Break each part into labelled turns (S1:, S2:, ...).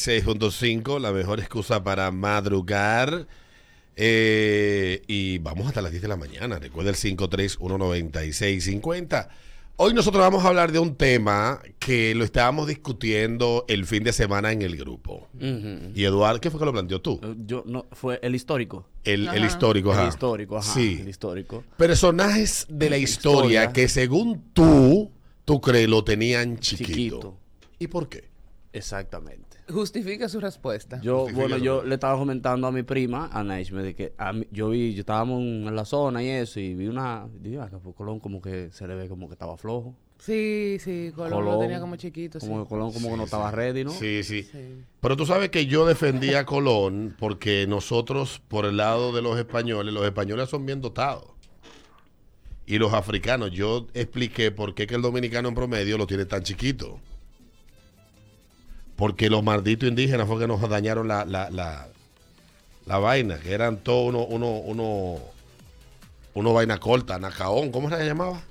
S1: 96.5, la mejor excusa para madrugar. Eh, y vamos hasta las 10 de la mañana. Recuerda el 5319650. Hoy nosotros vamos a hablar de un tema que lo estábamos discutiendo el fin de semana en el grupo.
S2: Ujú.
S1: Y Eduardo, ¿qué fue que lo planteó tú?
S2: Eh, Yo no fue el histórico.
S1: El, el histórico, ajá.
S2: El histórico, ajá.
S1: Sí.
S2: El histórico.
S1: Personajes de la
S2: La
S1: historia,
S2: historia.
S1: que según tú, tú crees lo tenían chiquito.
S2: Chiquito.
S1: ¿Y por qué?
S2: Exactamente.
S3: Justifica su
S1: Ah,
S3: respuesta.
S2: Yo,
S1: Justifica
S2: bueno,
S1: lo
S2: yo
S1: que-
S2: le estaba comentando a mi prima, a Naishme, de que a mí- yo vi, yo estábamos en la zona y eso, y vi una, digo, ah, pues Colón como que se le ve como que estaba flojo.
S3: Sí, sí, Colón, lo tenía como chiquito, sí.
S2: Como que Colón como que no estaba ready, ¿no?
S1: Sí, sí,
S3: Sí.
S1: Pero tú sabes que yo defendía a Colón porque nosotros, por el lado de los españoles, los españoles son bien dotados. Y los africanos, yo expliqué por qué que el dominicano en promedio lo tiene tan chiquito. Porque los malditos indígenas fue que nos dañaron la, la, la, la vaina, que eran todos uno, uno, uno, uno vaina corta, nacaón, ¿cómo se llamaba?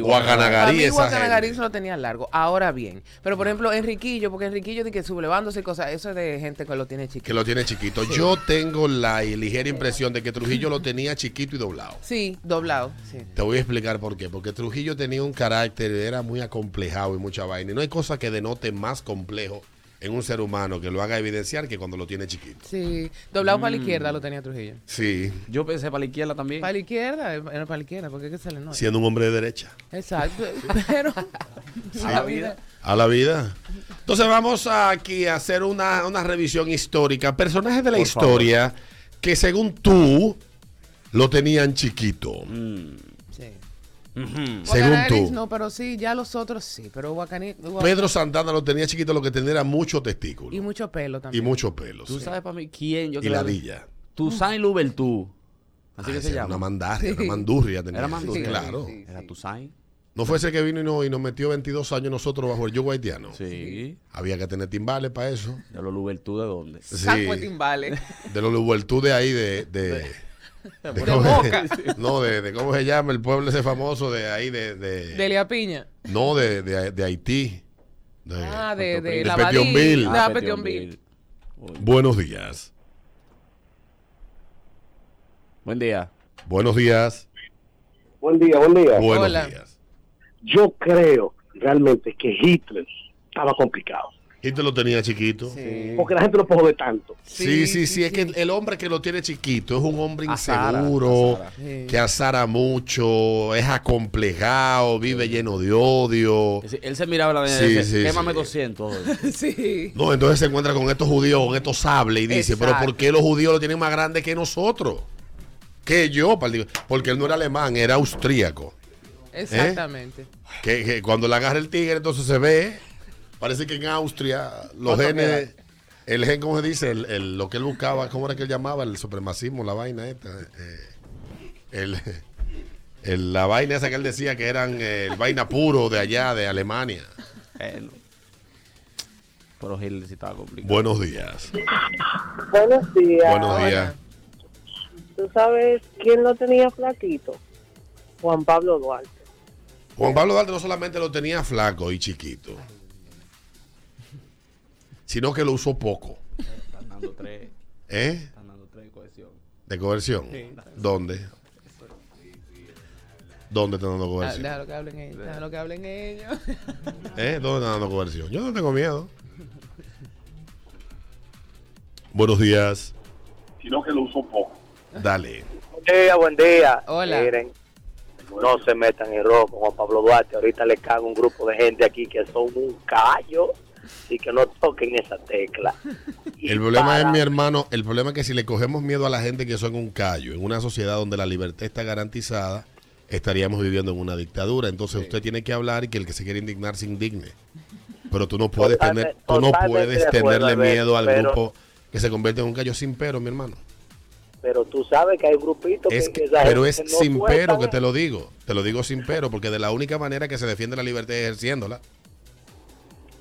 S3: Guacanagarí.
S1: Guacanagarí,
S3: Para mí
S1: esa
S3: Guacanagarí
S1: gente.
S3: se lo tenía largo. Ahora bien. Pero, por ejemplo, Enriquillo, porque Enriquillo de que sublevándose y cosas, eso es de gente que lo tiene
S1: Que
S3: chiquito.
S1: lo tiene chiquito. Yo tengo la ligera impresión de que Trujillo lo tenía chiquito y doblado.
S3: Sí, doblado, sí.
S1: Te voy a explicar por qué. Porque Trujillo tenía un carácter, era muy acomplejado y mucha vaina. Y no hay cosa que denote más complejo en un ser humano que lo haga evidenciar que cuando lo tiene chiquito.
S3: Sí, doblado para la izquierda lo tenía Trujillo.
S1: Mm. Sí,
S2: Yo pensé para la izquierda también.
S3: Para la izquierda, eh, era para la izquierda, porque es que se le nota.
S1: siendo un hombre de derecha.
S3: Exacto, pero...
S2: A la vida.
S1: A la vida. Entonces vamos aquí a hacer una, una revisión histórica. Personajes de la
S2: Por favor.
S1: historia que según tú lo tenían chiquito.
S2: Mm.
S3: Sí.
S2: Ujú.
S1: Según
S3: Guacanagarí,
S1: tú.
S3: No, pero sí, ya los otros sí, pero Guacaní... Guac-
S1: Pedro Santana lo tenía chiquito, lo que tenía era mucho testículo.
S3: Y
S1: Y,
S3: mucho pelo también.
S1: mucho pelo.
S2: Tú
S1: sí.
S2: sabes para mí quién yo
S1: Y
S2: creo.
S1: ladilla.
S2: Toussaint Louverture. Así
S1: Ah,
S2: que
S1: esa
S2: se
S1: era Una
S2: llama.
S1: mandarria, una
S3: Sí.
S1: mandurria tenía.
S2: Era
S1: Sí,
S2: mandurria.
S1: claro.
S3: Sí, sí.
S2: Era Toussaint.
S1: No fue ese que vino y, no- y nos metió 22 años nosotros bajo el yugo haitiano.
S2: Sí.
S1: Había que tener timbales para eso.
S2: De los Louverture de dónde.
S1: Sí.
S3: Saco de timbales.
S1: De los de ahí de... de, de cómo- no, de, de cómo se llama el pueblo ese famoso de ahí de... de-
S3: Delia Piña.
S1: no, de, de, de Haití. De-
S3: Ah, de,
S2: Puerto
S3: de
S2: Príncipe.
S3: la
S1: De Petionville.
S3: Badí.
S1: Ah,
S3: Ah, Petionville.
S2: Oye.
S1: Buenos días.
S2: Buen día.
S1: Buenos días.
S4: Buen día, buen día.
S1: Buenos
S3: Hola.
S1: días.
S4: Yo creo realmente que Hitler estaba complicado.
S1: Y te lo tenía chiquito.
S3: Sí.
S4: Porque la gente no puede joder tanto.
S1: Sí, sí, sí, es que el hombre que lo tiene chiquito es un hombre
S2: Azara,
S1: inseguro,
S2: azara.
S3: Sí.
S1: que azara mucho, es acomplejado, vive lleno de odio.
S2: Es decir, Él se miraba la
S1: Sí,
S2: dice,
S1: sí,
S2: quémame
S1: sí.
S2: 200. hoy".
S3: Sí.
S1: No, entonces se encuentra con estos judíos, con estos sables y dice,
S3: Exacto.
S1: pero ¿por qué los judíos lo tienen más grande que nosotros? Que yo, paldi-". porque él no era alemán, era austríaco. ¿Eh?
S3: Exactamente.
S1: Que, que cuando le agarra el tigre, entonces se ve, parece que en Austria los genes, el gen, ¿cómo se dice? El- el- lo que él buscaba, ¿cómo era que él llamaba? El supremacismo, la vaina esta. eh, el, el- la vaina esa que él decía que eran eh, el vaina puro de allá, de Alemania.
S2: Bueno. Pero Hitler sí estaba complicado.
S1: Buenos días.
S5: Buenos días.
S1: Buenos días.
S5: ¿Tú sabes quién lo tenía flaquito? Juan Pablo Duarte.
S1: Juan Pablo Duarte no solamente lo tenía flaco y chiquito, sino que lo usó poco,
S2: Están dando tres,
S1: ¿eh?
S2: están dando tres de cohesión.
S1: De coerción. ¿Dónde? ¿Dónde está dando
S3: Ah,
S1: coerción?
S3: déjalo que hablen ellos. Déjalo que hablen ellos.
S1: ¿Eh? ¿Dónde está dando coerción? Yo no tengo miedo. Buenos días.
S4: Sino que lo usó poco.
S1: Dale.
S5: Buen día, buen día.
S3: Hola.
S5: Miren, no se metan en rojo, Juan Pablo Duarte. Ahorita le cago un grupo de gente aquí que son un callo y que no toquen esa tecla. Y
S1: El problema es,
S5: para-
S1: mi hermano, el problema es que si le cogemos miedo a la gente que son un callo, en una sociedad donde la libertad está garantizada, estaríamos viviendo en una dictadura. Entonces usted tiene que hablar y que el que se quiere indignar se indigne. Pero tú no puedes
S5: Totalme-
S1: tener, tú no
S5: totalmente de
S1: puedes
S5: acuerdo,
S1: tenerle
S5: Alberto,
S1: miedo al
S5: pero-
S1: grupo que se convierte en un callo sin pero, mi hermano.
S5: Pero tú sabes que hay grupitos
S1: Es
S5: que,
S1: que-
S5: esa
S1: pero es
S5: gente no
S1: sin pero
S5: sueltan
S1: que te lo digo. Te lo digo sin pero, porque de la única manera que se defiende la libertad es ejerciéndola.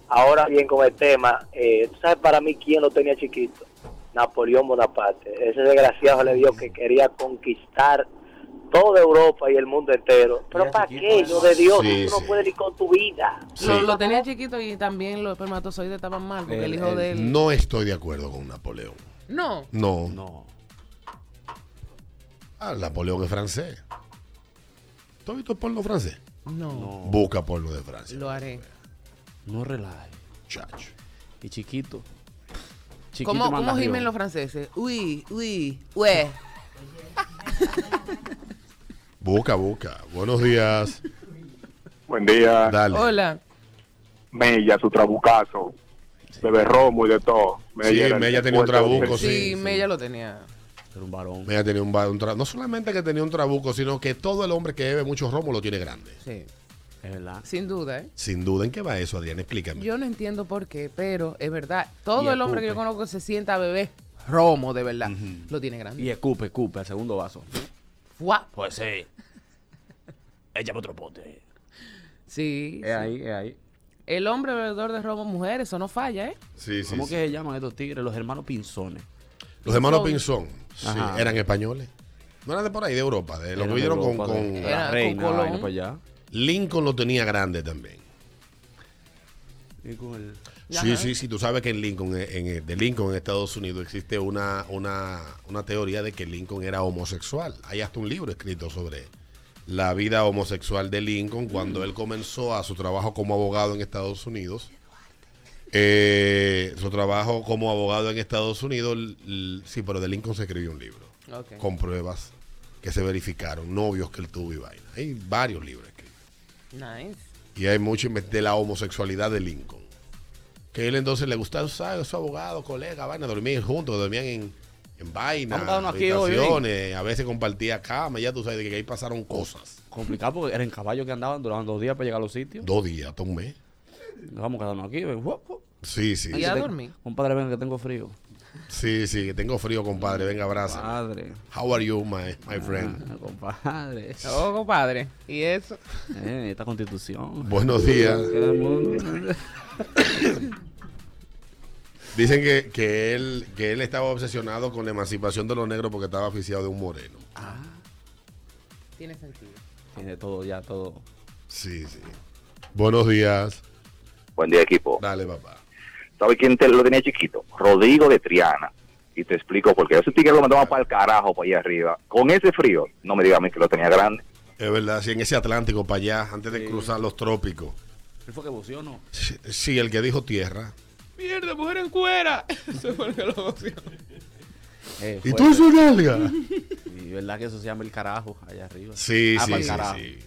S5: Ahora bien con el tema, eh, ¿tú sabes para mí quién lo tenía chiquito? Napoleón Bonaparte. Ese desgraciado le dio que quería conquistar toda Europa y el mundo entero. Pero
S2: Mira,
S5: ¿para
S2: chiquito,
S5: qué?
S2: ¿eh?
S5: Lo de Dios,
S1: Sí,
S5: tú no
S1: sí.
S5: puedes ni con tu vida.
S1: Sí.
S3: Lo, lo tenía chiquito y también los espermatozoides estaban mal porque el,
S2: El-
S3: hijo
S2: el-
S3: de él.
S1: No estoy de acuerdo con Napoleón.
S3: No.
S1: No.
S2: No.
S1: Ah, Napoleón es francés. ¿Tú has visto el porno francés?
S3: No.
S2: No.
S1: Busca porno de Francia.
S3: Lo haré.
S2: No relaje.
S1: Chacho.
S2: Y chiquito. Chiquito
S3: ¿Cómo,
S2: manda
S3: ¿cómo
S2: arriba.
S3: gimen los franceses? Uy, uy, ué.
S1: Busca, busca. Buenos días.
S6: Buen día.
S1: Dale.
S3: Hola.
S6: Mella, su trabucazo. Bebe romo y de todo.
S1: Sí,
S6: era el
S1: Mella tenía un
S6: fuerte del sexo.
S1: trabuco,
S3: Sí,
S1: Pues sí,
S3: Mella lo tenía.
S2: Era un varón.
S1: Ella tenía un, ba- un tra- no solamente que tenía un trabuco, sino que todo el hombre que bebe mucho romo lo tiene grande.
S3: Sí.
S2: Es verdad.
S3: Sin duda, ¿eh?
S1: Sin duda, ¿en qué va eso, Adrián? Explícame.
S3: Yo no entiendo por qué, pero es verdad.
S2: Y
S3: Todo el hombre que yo
S2: escupe.
S3: conozco que se sienta a beber romo, de verdad. Lo tiene grande.
S2: Y escupe, escupe, al segundo vaso.
S3: Fuá.
S2: Pues sí. Échame otro pote.
S3: Sí.
S2: Es Eh, ahí, es ahí.
S3: El hombre bebedor de romo, mujer, eso no falla, ¿eh?
S1: Sí,
S2: ¿Cómo que se llaman estos tigres? Los hermanos pinzones.
S1: Los hermanos Pinzón sí,
S2: Ajá.
S1: eran españoles. No eran de por ahí, de Europa. De lo
S2: Eran
S1: que
S2: de
S1: vinieron con,
S2: Europa,
S1: con-
S2: de- de
S3: Era
S2: la
S3: con
S2: reina,
S3: Colón.
S2: vaina para allá.
S1: Lincoln lo tenía grande también.
S2: Y con el...
S1: Sí, sí, sí. Tú sabes que en Lincoln, eh, en, en- de Lincoln en Estados Unidos existe una, una, una teoría de que Lincoln era homosexual. Hay hasta un libro escrito sobre la vida homosexual de Lincoln cuando él comenzó a su trabajo como abogado en Estados Unidos. Eh, su trabajo como abogado en Estados Unidos, l- l- sí, pero de Lincoln se escribió un libro
S3: Ok.
S1: con pruebas que se verificaron, novios que él tuvo y vaina. Hay varios libros escritos.
S3: Nice.
S1: Y hay mucho inve- de la homosexualidad de Lincoln. Que él entonces le gustaba, ¿sabes? Su abogado, colega, vaina, dormían juntos, dormían en, en vainas,
S2: Vamos a darnos aquí hoy,
S1: habitaciones, a veces compartía cama, ya tú sabes de que ahí pasaron cosas.
S2: Complicado porque eran caballos que andaban durante dos días para llegar a los sitios.
S1: Dos días, hasta un mes.
S2: Nos vamos quedando aquí. ven, guap, guap.
S1: Sí, sí,
S3: Y a dormir.
S2: Compadre, venga que tengo frío.
S1: sí, sí, que tengo frío, compadre, venga, abraza.
S2: Padre.
S1: How are you, my, my friend?
S2: Ah, compadre.
S3: Oh, compadre. Y eso.
S2: Eh, esta constitución.
S1: Buenos días.
S2: Todo el mundo-
S1: Dicen que, que él, que él estaba obsesionado con la emancipación de los negros porque estaba aficiado de un moreno.
S3: Tiene sentido.
S2: Tiene todo ya, todo.
S1: Sí, sí. Buenos días.
S7: Buen día, equipo.
S1: Dale, papá.
S7: ¿Sabes quién te lo tenía chiquito? Rodrigo de Triana. Y te explico por qué. Ese tigre lo mandaba para el carajo, para allá arriba. Con ese frío, no me digas a mí que lo tenía grande.
S1: Es verdad, sí, en ese Atlántico para allá, antes de cruzar los trópicos.
S2: ¿Él fue que buceó no?
S1: Sí, sí, el que dijo tierra.
S3: Mierda, mujer en cuera. Eso fue lo que lo
S2: Eh,
S1: ¿Y
S2: fue-
S1: tú eso, nalga?
S2: Y verdad que eso se llama el carajo allá arriba.
S1: Sí,
S2: Ah,
S1: sí,
S2: pa'l
S1: sí,
S2: carajo.
S1: sí.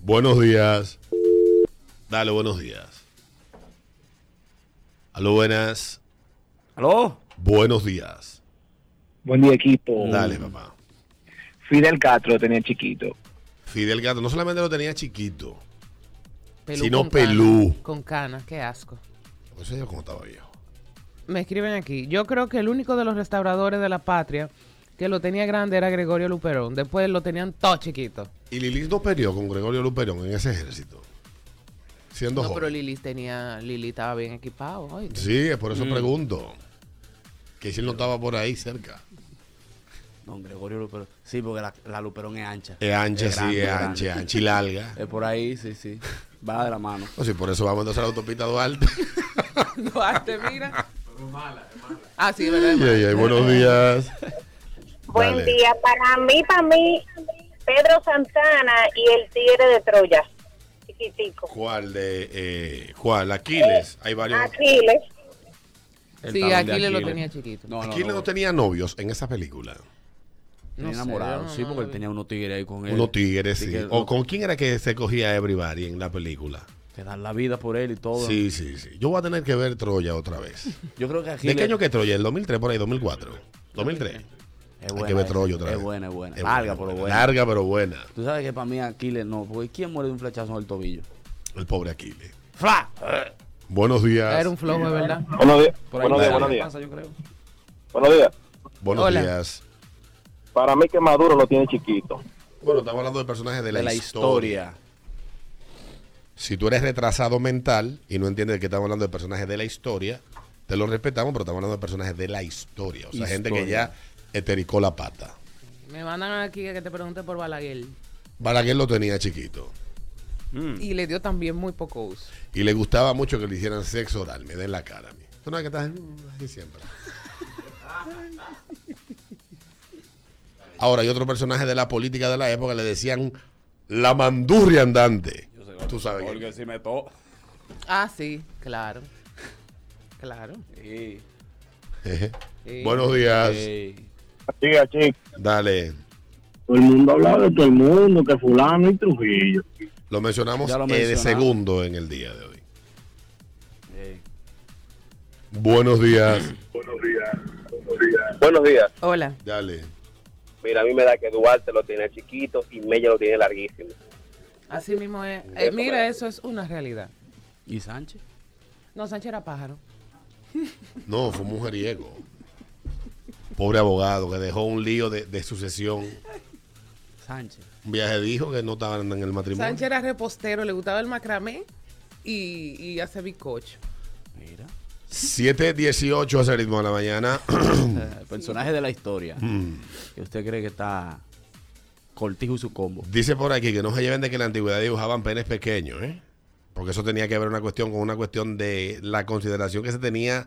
S1: Buenos días. Dale, buenos días. Aló, buenas.
S2: ¿Aló?
S1: Buenos días.
S4: Buen día,
S8: Oh.
S4: equipo.
S1: Dale, papá.
S4: Fidel Castro lo tenía chiquito.
S1: Fidel Gato no solamente lo tenía chiquito,
S3: Pelú
S1: Si no,
S3: con cana.
S1: pelú.
S3: Con cana, qué asco.
S1: no sé yo cómo estaba viejo.
S3: Me escriben aquí. Yo creo que el único de los restauradores de la patria que lo tenía grande era Gregorio Luperón. Después lo tenían todo chiquito.
S1: Y Lilis no peleó con Gregorio Luperón en ese ejército. Siendo
S3: No, pero
S1: joven.
S3: Lili tenía, Lili estaba bien equipado. oíste.
S1: Sí, es por eso pregunto. Que si él no estaba por ahí cerca.
S2: No, Gregorio Luperón. Sí, porque la, la Luperón es ancha.
S1: Es ancha, sí,
S2: grande,
S1: es
S2: grande.
S1: ancha, ancha y larga.
S2: Es por ahí, sí, sí. Va de la mano.
S1: No, Pues sí, por eso vamos entonces a la autopista Duarte.
S3: Duarte, mira. Ah, sí, es verdad. es
S1: Ay,
S3: mala.
S1: ay, ay, buenos días.
S9: Buen
S1: Dale.
S9: día. Para mí, para mí, Pedro Santana y el Tigre de Troya. Chiquitico. Ah,
S1: ¿Cuál de eh, cuál? Aquiles. Hay varios.
S9: Aquiles.
S2: El
S3: Sí,
S2: talón de
S3: Aquiles lo
S2: Aquiles.
S3: tenía chiquito.
S2: No, no,
S1: Aquiles no,
S2: no.
S1: tenía novios en esa película.
S3: No sé, yo
S2: enamorado,
S3: no-
S2: sí,
S3: no
S2: porque
S3: lo
S2: él
S3: vi.
S2: tenía unos tigres ahí con él.
S1: Unos tigres, Eh, sí.
S2: que-
S1: ¿O con quién era que se cogía Everybody en la película?
S2: Que dan la vida por él y todo.
S1: Sí, sí, sí. Yo voy a tener que ver Troya otra vez.
S2: Yo creo que
S1: ¿De
S2: Aquiles.
S1: qué año que es Troya? ¿El 2003 por ahí? ¿2004? ¿2003?
S2: Es
S1: Hay
S2: buena
S1: que ver
S2: esa.
S1: Troya otra vez.
S2: Es buena, es buena.
S1: Es
S2: Larga,
S1: buena,
S2: pero
S1: buena.
S2: buena.
S1: Larga, pero buena.
S2: Tú sabes que para mí Aquiles no, porque ¿quién muere de un flechazo en el tobillo?
S1: El pobre Aquiles.
S2: ¡Fla!
S1: Buenos días.
S3: Era un flojo, de verdad.
S6: Buenos días.
S2: Por ahí
S6: Buenos días,
S2: pasa,
S6: buenos días.
S2: pasa, yo creo.
S6: Buenos días.
S1: Buenos
S3: Hola.
S1: días.
S6: Para mí que Maduro lo tiene chiquito.
S1: Bueno, estamos hablando de personajes de la,
S2: De la historia.
S1: Si tú eres retrasado mental y no entiendes que estamos hablando de personajes de la historia, te lo respetamos, pero estamos hablando de personajes de la historia. O sea, gente que
S2: Historia.
S1: ya etericó la pata.
S3: Me mandan aquí a que te pregunte por Balaguer.
S1: Balaguer lo tenía chiquito. Mm.
S3: Y le dio también muy poco uso.
S1: Y le gustaba mucho que le hicieran sexo oral. Me den la cara a mí. Tú no es que estás en- así siempre. Ahora, hay otro personaje de la política de la época le decían la mandurria andante. Tú sabes. quién.
S10: Porque si me to...
S3: Ah, sí, claro. Claro.
S10: Sí.
S1: Jeje. Buenos días.
S2: Ey.
S6: Sí, aquí.
S1: Dale.
S4: Todo el mundo habla de todo el mundo, que fulano y Trujillo.
S1: Lo mencionamos
S2: Ya lo
S1: eh, de
S2: mencionamos.
S1: segundo en el día de hoy.
S2: Ey.
S1: Buenos días.
S5: Buenos días.
S3: Hola.
S1: Dale.
S5: Mira, a mí me da que Duarte lo tiene chiquito y Mella lo tiene larguísimo.
S3: Así mismo es. Eh, mira, eso es una realidad.
S2: ¿Y Sánchez?
S3: No, Sánchez era pájaro.
S1: No, fue mujeriego. Pobre abogado que dejó un lío de, de sucesión.
S2: Sánchez.
S1: Un viaje dijo que no estaban en el matrimonio.
S3: Sánchez era repostero, le gustaba el macramé y, y hace bizcocho.
S2: Mira.
S1: 7.18 hace ritmo de la mañana.
S2: El personaje de la historia.
S1: Mm.
S2: Que usted cree que está cortijo y su combo.
S1: Dice por aquí que no se lleven de que en la antigüedad dibujaban penes pequeños, ¿eh? Porque eso tenía que ver una cuestión con una cuestión de la consideración que se tenía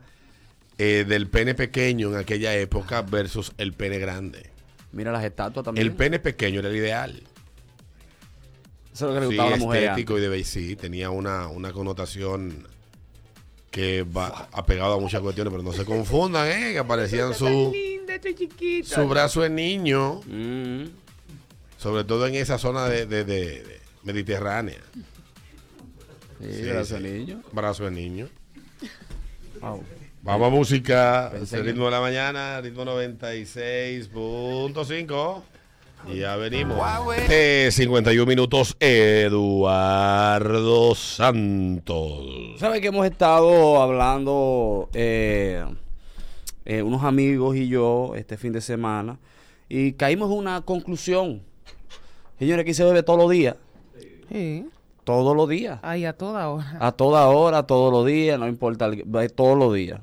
S1: eh, del pene pequeño en aquella época versus el pene grande.
S2: Mira las estatuas también.
S1: El pene pequeño era el ideal.
S2: Eso es lo que le
S1: Sí,
S2: gustaba a la mujer. antes.
S1: estético y de be- sí, tenía una, una connotación que va apegado a muchas cuestiones, pero no se confundan, ¿eh? Que aparecían
S3: Tan
S1: su,
S3: linda, tan chiquita.
S1: su brazo de niño,
S2: Mm.
S1: sobre todo en esa zona de, de- de- de mediterránea.
S2: Sí,
S1: Sí,
S2: gracias,
S1: sí.
S2: niño.
S1: Brazo de niño.
S2: Wow.
S1: Vamos a música.
S2: Pensé
S1: el
S2: que-
S1: ritmo de la mañana, ritmo 96.5. Y ya venimos. Eh, 51 minutos, Eduardo Santos.
S2: Sabe que hemos estado hablando eh, eh, unos amigos y yo este fin de semana y caímos en una conclusión. Señores, aquí se bebe todos los días.
S3: Sí.
S2: Todos los días.
S3: Ay, a toda hora.
S1: Ah.
S2: A toda hora, todos los días, no importa, el- ve todos los días.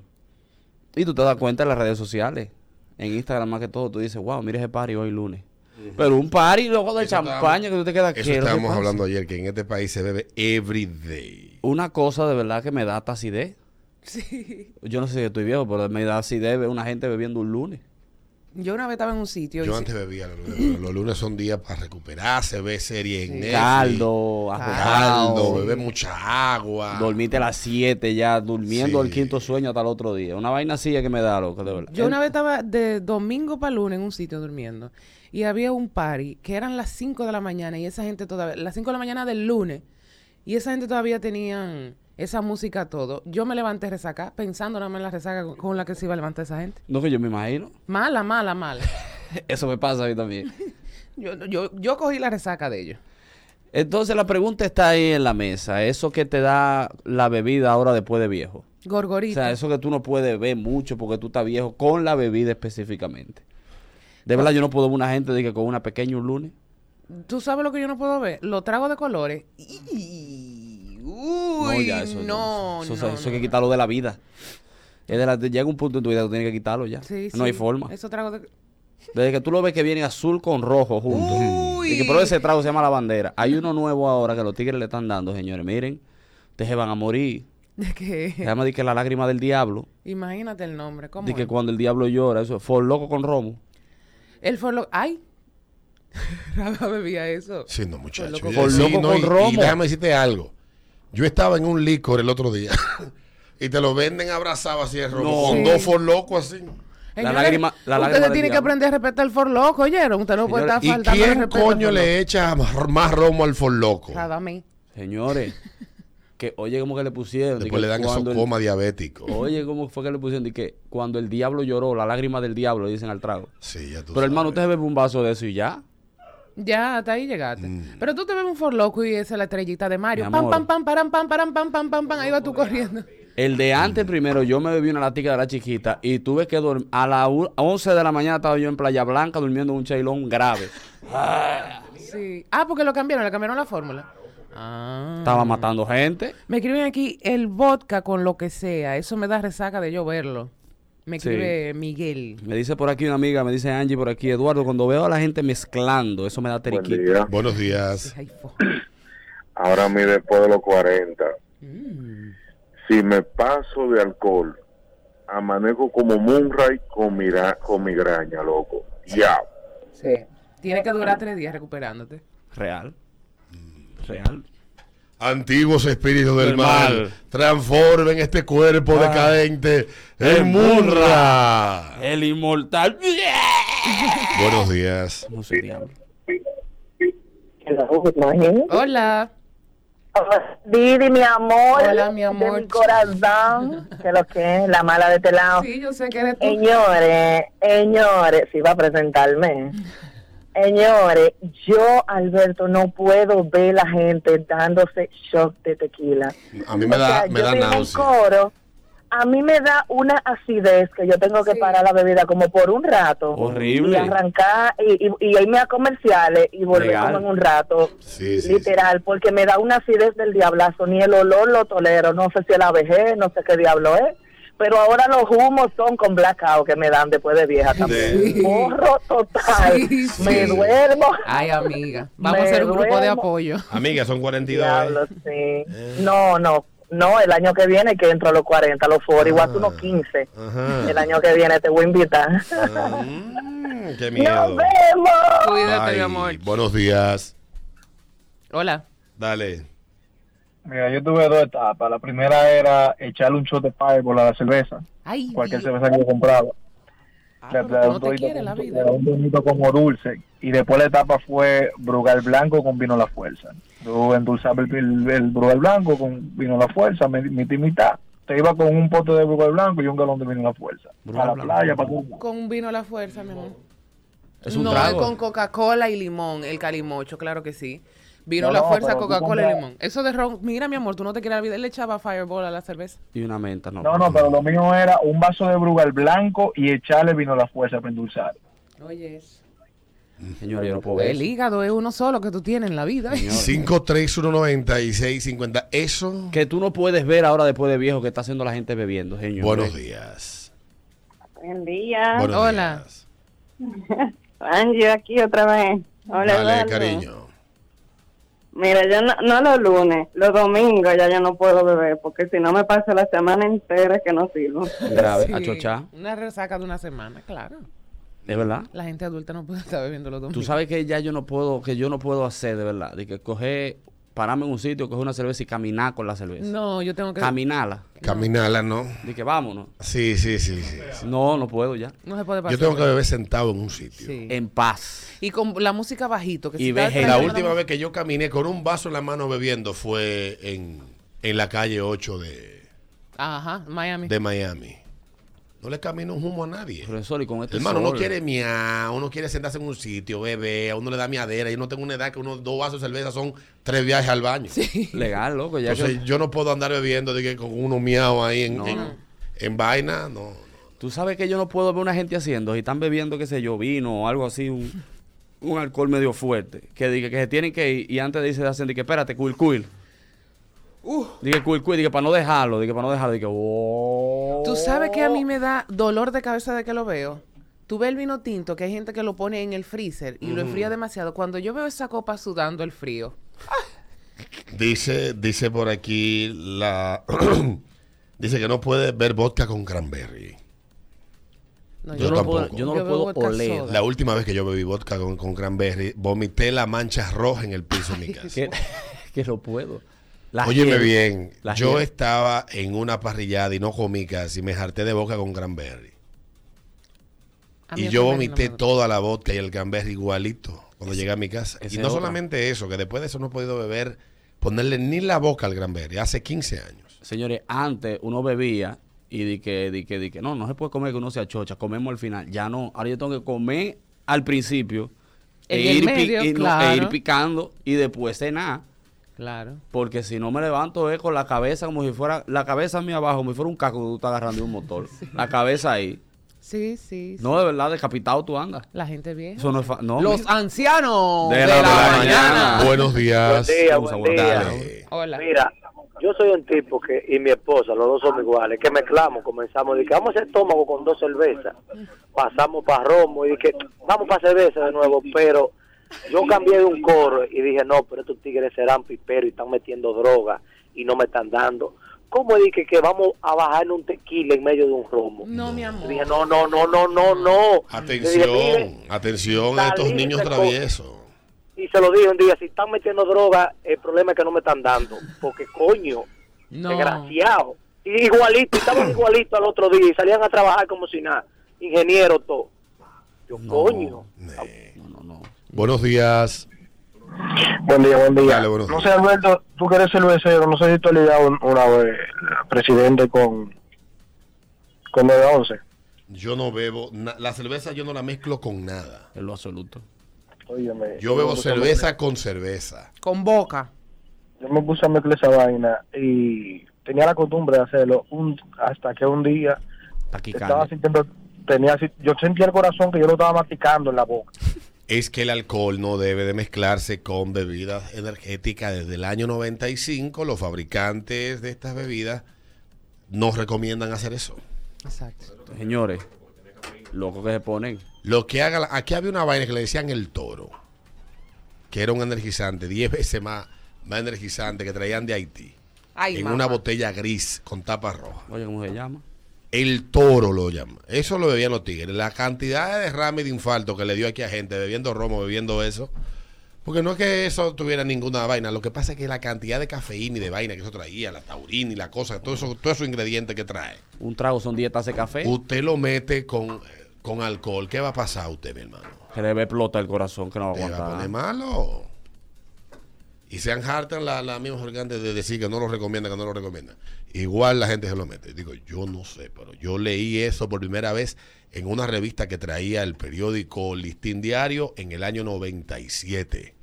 S2: Y tú te das cuenta en las redes sociales, en Instagram más que todo, tú dices, wow, mira ese party hoy lunes. Pero un party loco de
S1: Eso estábamos-
S2: champaña que tú te quedas
S1: Eso
S2: ¿qué es lo que
S1: estábamos
S2: pasa?
S1: hablando ayer, que en este país se bebe every day.
S2: Una cosa de verdad que me da hasta acidez.
S3: Sí.
S2: Yo no sé si estoy viejo, pero me da acidez ver una gente bebiendo un lunes.
S3: Yo una vez estaba en un sitio. y
S1: Yo
S3: sí-
S1: antes bebía los lunes, pero los lunes son días para recuperarse, ver serie en Netflix,
S2: Caldo,
S1: caldo,
S2: arrojado,
S1: beber mucha agua.
S2: dormirte a las 7 ya, durmiendo
S1: Sí.
S2: el quinto sueño hasta el otro día. Una vaina así es que me da loco, de verdad. Eh,
S3: Yo una vez estaba de domingo para lunes en un sitio durmiendo y había un party que eran las 5 de la mañana y esa gente todavía, las 5 de la mañana del lunes y esa gente todavía tenían esa música todo. Yo me levanté resaca pensando nada más en la resaca con- con la que se iba a levantar esa gente.
S2: No que yo me imagino.
S3: Mala, mala, mala.
S2: Eso me pasa a mí también.
S3: Yo, yo, yo cogí la resaca de ellos.
S2: Entonces la pregunta está ahí en la mesa. Eso que te da la bebida ahora después de viejo. O
S3: Gorgorita.
S2: sea, eso que tú no puedes ver mucho porque tú estás viejo con la bebida específicamente. De verdad, yo no puedo ver una gente de que con una pequeña un lunes.
S3: ¿Tú sabes lo que yo no puedo ver? Los tragos de colores. Y- Uy, no, no,
S2: eso, eso- eso hay
S3: no.
S2: que quitarlo de la vida. Es de la- llega un punto en tu vida que tú tienes que quitarlo ya.
S3: Sí,
S2: no hay
S3: sí.
S2: forma.
S3: Esos tragos de...
S2: Desde que tú lo ves que viene azul con rojo juntos.
S3: Uy.
S2: Y que pruebe ese trago se llama la bandera. Hay uno nuevo ahora que los tigres le están dando, señores. Miren, ustedes van a morir.
S3: ¿De qué?
S2: Se llama de que la lágrima del diablo.
S3: Imagínate el nombre. ¿Cómo
S2: De que
S3: es?
S2: cuando el diablo llora, eso For loco con romo.
S3: Él fue lo... ¡Ay! Rafa bebía eso.
S1: Sí, no, muchacho.
S3: Con
S2: loco-
S1: Sí,
S2: con loco
S1: no,
S2: con
S1: y- y
S2: romo.
S1: déjame decirte algo. Yo estaba en un licor el otro día y te lo venden abrazado así de rojo,
S2: No.
S1: con
S3: Sí.
S1: dos forlocos así.
S2: La lágrima- la lágrima
S3: Usted
S2: del
S3: tiene que
S2: diablo.
S3: aprender a respetar el forloco, ¿oyeron? Usted no puede
S2: Señores,
S3: estar
S1: ¿Y
S3: faltando el
S1: quién
S3: respeto al
S1: coño
S3: forloco.
S1: le echa más romo al forloco?
S3: Nada, a mí.
S2: Señores, que oye cómo que le pusieron. de
S1: Después
S2: que
S1: le dan esos
S2: cuando el-
S1: coma diabéticos.
S2: Oye cómo fue que le pusieron. De que cuando el diablo lloró, la lágrima del diablo, dicen al trago.
S1: Sí, ya tú
S2: Pero
S1: sabes.
S2: hermano, usted se bebe un vaso de eso y ya.
S3: Ya, hasta ahí llegaste. Pero tú te ves un forloco y esa es la estrellita de Mario.
S2: Mm. Mi
S3: Pam,
S2: amor.
S3: pam, pam, param, pam, param, pam, pam, pam, pam. Ahí va tú corriendo.
S2: El de antes primero, yo me bebí una latica de la chiquita y tuve que dormir. A las u- a 11 de la mañana estaba yo en Playa Blanca durmiendo en un chailón grave.
S3: Sí. Ah, porque lo cambiaron, le cambiaron la fórmula. Ah.
S2: Estaba matando gente.
S3: Me escriben aquí el vodka con lo que sea. Eso me da resaca de yo verlo. Me
S2: Sí.
S3: escribe Miguel.
S2: Me dice por aquí una amiga, me dice Angie por aquí, Eduardo, cuando veo a la gente mezclando, eso me da
S10: Buen
S2: teriquito.
S10: día.
S1: Buenos días.
S3: Ay, fo-
S10: Ahora mí después de los 40,
S3: Mm.
S10: si me paso de alcohol, amanezco como Munray con, mira- con migraña, loco. Ya.
S3: Sí. Tiene que durar tres días recuperándote.
S2: Real. Real.
S1: Antiguos espíritus del
S2: Del
S1: mal,
S2: mal.
S1: transformen este cuerpo decadente en
S2: En
S1: murra.
S2: El inmortal.
S1: Buenos días.
S2: No sé, diablo.
S9: Hello, good morning.
S3: Hola.
S9: Hola, Didi, mi amor.
S3: Hola, mi amor.
S9: De mi corazón. Que lo que es, la mala de este
S11: Ah.
S9: lado.
S3: Sí, yo sé que eres tú.
S9: Señores, señores, si va a presentarme. Señores, yo, Alberto, no puedo ver la gente dándose shock de tequila.
S1: A mí me
S9: O
S1: da,
S9: sea,
S1: me
S9: yo
S1: da
S9: tengo un
S1: náusea.
S9: coro, a mí me da una acidez que yo tengo que
S3: Sí.
S9: parar la bebida como por un rato.
S2: Horrible.
S9: Y arrancar y, y, y irme a comerciales y volver
S2: Legal.
S9: como en un rato.
S1: Sí, sí,
S9: Literal, porque me da una acidez del diablazo, ni el olor lo tolero, no sé si es la vejez, no sé qué diablo es, pero ahora los humos son con blackout que me dan después de vieja también.
S3: Sí.
S9: Morro total,
S3: Sí, sí.
S9: me duermo.
S3: Ay, amiga. Vamos a
S9: Me
S3: hacer un grupo de
S9: duermo.
S3: apoyo.
S1: Amiga, son 42.
S9: Diablo,
S1: ¿eh?
S9: sí. No, no, no, el año que viene que entro a los 40, a los 40, igual
S1: Ah.
S9: que unos 15.
S1: Ajá.
S9: El año que viene te voy a invitar.
S1: Ah, mm, qué
S9: ¡Nos
S1: miedo.
S9: vemos!
S3: Cuídate,
S1: Ay,
S3: mi amor.
S1: buenos días.
S3: Hola.
S1: Dale.
S8: Mira, yo tuve dos etapas. La primera era echarle un shot de Fireball a la cerveza,
S3: Ay,
S8: cualquier
S3: Dios.
S8: cerveza que yo compraba.
S3: Ah,
S8: Le
S3: pero
S8: daba
S3: no
S8: un
S3: te
S8: tonito
S3: quiere la
S8: como-
S3: vida.
S8: le daba un tonito como dulce. Y después la etapa fue Brugal Blanco con Vino La Fuerza. Yo endulzaba el, el, el Brugal Blanco con Vino La Fuerza, mi- mitad y mitad. Te iba con un pote de Brugal Blanco y un galón de Vino La Fuerza.
S2: Brugal
S8: a la
S2: Blanco.
S8: playa, para todo.
S3: Con un vino a la fuerza, mi amor.
S2: Es un
S3: no,
S2: trago.
S3: es con Coca-Cola y limón, el calimocho, claro que sí. Vino
S8: No,
S3: la
S8: no,
S3: fuerza,
S8: pero tú
S3: Coca-Cola y
S8: compras-
S3: limón. Eso de ron, mira, mi amor, tú no te quieres la vida. Él le echaba Fireball a la cerveza.
S2: Y una menta, no.
S8: No, no, pero lo mío era un vaso de Brugal Blanco y echarle Vino La Fuerza para endulzar.
S3: Oye,
S2: Señor, yo no puedo ver
S3: Pues el hígado es uno solo que tú tienes en la vida.
S2: Señor.
S1: 5319650. Eso.
S2: Que tú no puedes ver ahora después de viejo que está haciendo la gente bebiendo, señor.
S1: Buenos días.
S12: Buen
S3: Ah.
S12: día.
S1: Buenos
S3: Hola.
S1: días.
S12: Angie, aquí otra vez. Hola,
S1: Dale,
S12: Eduardo.
S1: cariño.
S12: Mira, yo no, no los lunes, los domingos ya yo no puedo beber, porque si no me paso la semana entera que no sirvo.
S2: Grave,
S3: Sí,
S2: a chochar.
S3: Una resaca de una semana, claro.
S2: Es verdad.
S3: La gente adulta no puede estar bebiendo los domingos.
S2: Tú sabes que ya yo no puedo, que yo no puedo hacer de verdad. De que coger, pararme en un sitio, coger una cerveza y caminar con la cerveza.
S3: No, yo tengo que.
S2: Caminarla.
S1: Caminala, ¿no?
S2: De que vámonos.
S1: Sí, sí, sí, sí.
S2: No, no puedo ya.
S3: No se puede pasar.
S1: Yo tengo que beber sentado en un sitio.
S3: Sí.
S2: En paz.
S3: Y con la música bajito. Que
S2: Y
S3: está
S2: ve-
S1: La
S3: tranquila,
S1: última vez que yo caminé con un vaso en la mano bebiendo fue en, en la calle 8 de,
S3: Ajá, Miami.
S1: de Miami. No le camino un humo a nadie.
S2: Profesor, y con este
S1: Hermano, uno
S2: sol.
S1: quiere miau, uno quiere sentarse en un sitio, bebé, a uno le da miadera. Yo no tengo una edad que unos dos vasos de cerveza son tres viajes al baño.
S2: Legal, loco. Ya
S1: Entonces
S2: que-
S1: yo no puedo andar bebiendo de que con uno miau ahí en,
S2: No.
S1: en, en vaina. No,
S2: Tú sabes que yo no puedo ver una gente haciendo, si están bebiendo, qué sé yo, vino o algo así, un, un alcohol medio fuerte, que diga que se tienen que ir y antes de irse hacen, de que espérate, cuil cuil. Dije cuil cuil, dije para no dejarlo, dije para no dejarlo, dije, oh.
S3: Tú sabes que a mí me da dolor de cabeza de que lo veo. Tú ves el vino tinto, que hay gente que lo pone en el freezer y lo enfría demasiado. Cuando yo veo esa copa sudando el frío,
S1: Dice, dice por aquí la dice que no puede ver vodka con cranberry.
S3: no, yo,
S1: Yo
S2: Yo, no lo
S1: tampoco.
S2: puedo, yo no
S3: Yo
S2: lo
S3: bebo
S2: puedo
S3: vodka
S2: oler.
S3: soda.
S1: La última vez que yo bebí vodka con, con cranberry, vomité la mancha roja en el piso de mi casa.
S2: Que, que lo puedo. La
S1: Óyeme
S2: hielo,
S1: bien,
S2: la
S1: yo
S2: hielo.
S1: estaba en una parrillada y no comí casi, me jarté de boca con cranberry.
S3: a mí
S1: Y
S3: el cranberry
S1: yo
S3: no me
S1: vomité
S3: gusta.
S1: toda la vodka y el cranberry igualito cuando llegué a mi casa.
S2: esa
S1: Y
S2: es
S1: no
S2: otra.
S1: solamente eso, que después de eso no he podido beber, ponerle ni la boca al cranberry, hace 15 años.
S2: Señores, antes uno bebía y di que, di que, di que, no, no se puede comer que uno se achocha, comemos al final. Ya no, ahora yo tengo que comer al principio e
S3: En el
S2: ir, pi-
S3: medio,
S2: y no- e
S3: claro.
S2: ir picando y después cenar.
S3: Claro.
S2: Porque si no me levanto es con la cabeza como si fuera, la cabeza mía abajo, como si fuera un casco que tú estás agarrando de un motor. La cabeza ahí.
S3: Sí, sí. sí.
S2: No, de verdad, decapitado tú andas.
S3: La gente vieja.
S2: Eso no es fa- no.
S3: Los ancianos
S2: De la- de la mañana.
S1: Buenos días. Este,
S5: Buen día,
S2: Vamos a
S5: buen día.
S2: guardar.
S1: Ah, Dale.
S3: Hola.
S5: Mira, Yo soy un tipo que, y mi esposa, los dos somos iguales, que mezclamos, comenzamos, de que vamos a hacer estómago con dos cervezas, pasamos para romo y dije, vamos para cerveza de nuevo, pero yo cambié de un coro y dije, no, pero estos tigres serán piperos y están metiendo droga y no me están dando. ¿Cómo dije que vamos a bajar un tequila en medio de un romo?
S3: No, mi amor.
S5: Dije, no, no, no, no, no, no. Le dije, "Miren,
S1: Atención, atención a estos
S5: salirse
S1: niños
S5: con-
S1: traviesos.
S5: y se lo dije un día, si están metiendo droga, el problema es que no me están dando, porque coño,
S3: No.
S5: desgraciado. Y Igualito, estaban igualitos al otro día y salían a trabajar como si nada, ingeniero todo. Yo, coño,
S1: Buenos días.
S8: Buen día, buen día.
S1: Dale, buenos
S8: No sé, Alberto, tú que eres el becero, no sé si tú has ligado un- una vez el presidente con, con 911.
S1: Yo no bebo, na- la cerveza yo no la mezclo con nada.
S2: En lo absoluto.
S8: Óyeme,
S1: Yo bebo
S8: me puse a
S1: cerveza con cerveza.
S3: Con boca.
S8: mezclar- Yo me puse a mezclar esa vaina y tenía la costumbre de hacerlo un, hasta que un día estaba sintiendo, tenía, así- yo sentía el corazón que yo lo estaba masticando en la boca.
S1: Es que el alcohol no debe de mezclarse con bebidas energéticas. Desde el año 95 los fabricantes de estas bebidas nos recomiendan hacer eso.
S3: Exacto.
S2: Señores, loco que se ponen.
S1: Lo que haga, la- aquí había una vaina que le decían el toro, que era un energizante, 10 veces más, más energizante que traían de Haití,
S3: Ay,
S1: en
S3: mamá.
S1: una botella gris con tapa roja.
S2: Oye, ¿cómo se llama?
S1: El toro lo llama. Eso lo bebían los tigres. La cantidad de derrame y de infarto que le dio aquí a gente bebiendo romo, bebiendo eso. Porque no es que eso tuviera ninguna vaina. Lo que pasa es que la cantidad de cafeína y de vaina que eso traía, la taurina y la cosa, todo eso, todo esos ingredientes que trae.
S2: Un trago son 10 tazas de café.
S1: Usted lo mete con, con alcohol. ¿Qué va a pasar a usted, mi hermano?
S2: Que le va a explotar el corazón que no va a
S1: Te va a
S2: aguantar.
S1: poner malo. Y se hartan la, la misma organtes de decir que no lo recomienda, que no lo recomienda. Igual la gente se lo mete. Digo, yo no sé, pero yo leí eso por primera vez en una revista que traía el periódico Listín Diario en el año 97,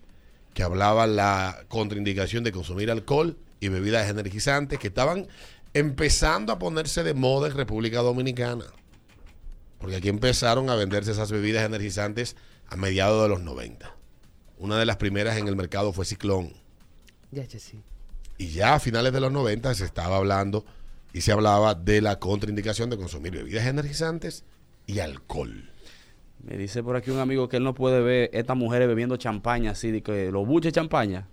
S1: que hablaba la contraindicación de consumir alcohol y bebidas energizantes que estaban empezando a ponerse de moda en República Dominicana. Porque aquí empezaron a venderse esas bebidas energizantes a mediados de los 90. Una de las primeras en el mercado fue Ciclón.
S3: Ya, che, sí.
S1: Y ya a finales de los 90 se estaba hablando y se hablaba de la contraindicación de consumir bebidas energizantes y alcohol.
S2: Me dice por aquí un amigo que él no puede ver estas mujeres bebiendo champaña así, de que los buches de champaña.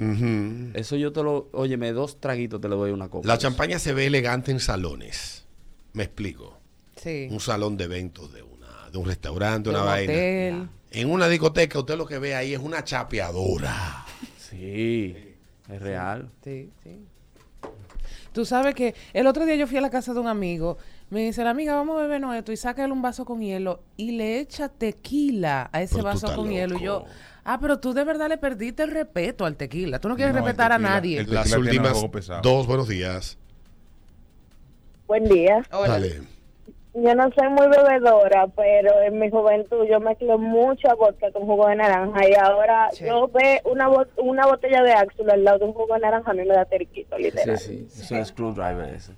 S1: Ujú.
S2: Eso yo te lo, óyeme, dos traguitos te le doy una copa.
S1: La champaña se ve elegante en salones. Me explico.
S3: Sí.
S1: Un salón de eventos de, una, de un restaurante,
S3: De
S1: una
S3: un
S1: vaina.
S3: hotel.
S1: En una discoteca usted lo que ve ahí es una chapeadora.
S2: Sí, es real.
S3: Sí, sí. Tú sabes que el otro día yo fui a la casa de un amigo. Me dice la amiga, vamos a bebernos esto. Y sácale un vaso con hielo y le echa tequila a ese
S1: Pero tú
S3: vaso
S1: estás
S3: con
S1: loco.
S3: hielo. Y yo, ah, pero tú de verdad le perdiste el respeto al tequila. Tú no quieres
S13: No, el
S3: respetar
S13: tequila-
S3: a nadie.
S13: el
S1: Las
S13: tequila tiene
S1: últimas
S13: algo pesado.
S1: dos, buenos días.
S9: Buen día.
S1: Dale.
S9: Yo no soy muy bebedora, pero en mi juventud yo mezclé mucha vodka con jugo de naranja y ahora yo ve una, bot- una botella de Axel al lado de un jugo de naranja, a mí me da terquito,
S2: Sí,
S9: literal.
S2: sí, eso es screwdriver ese.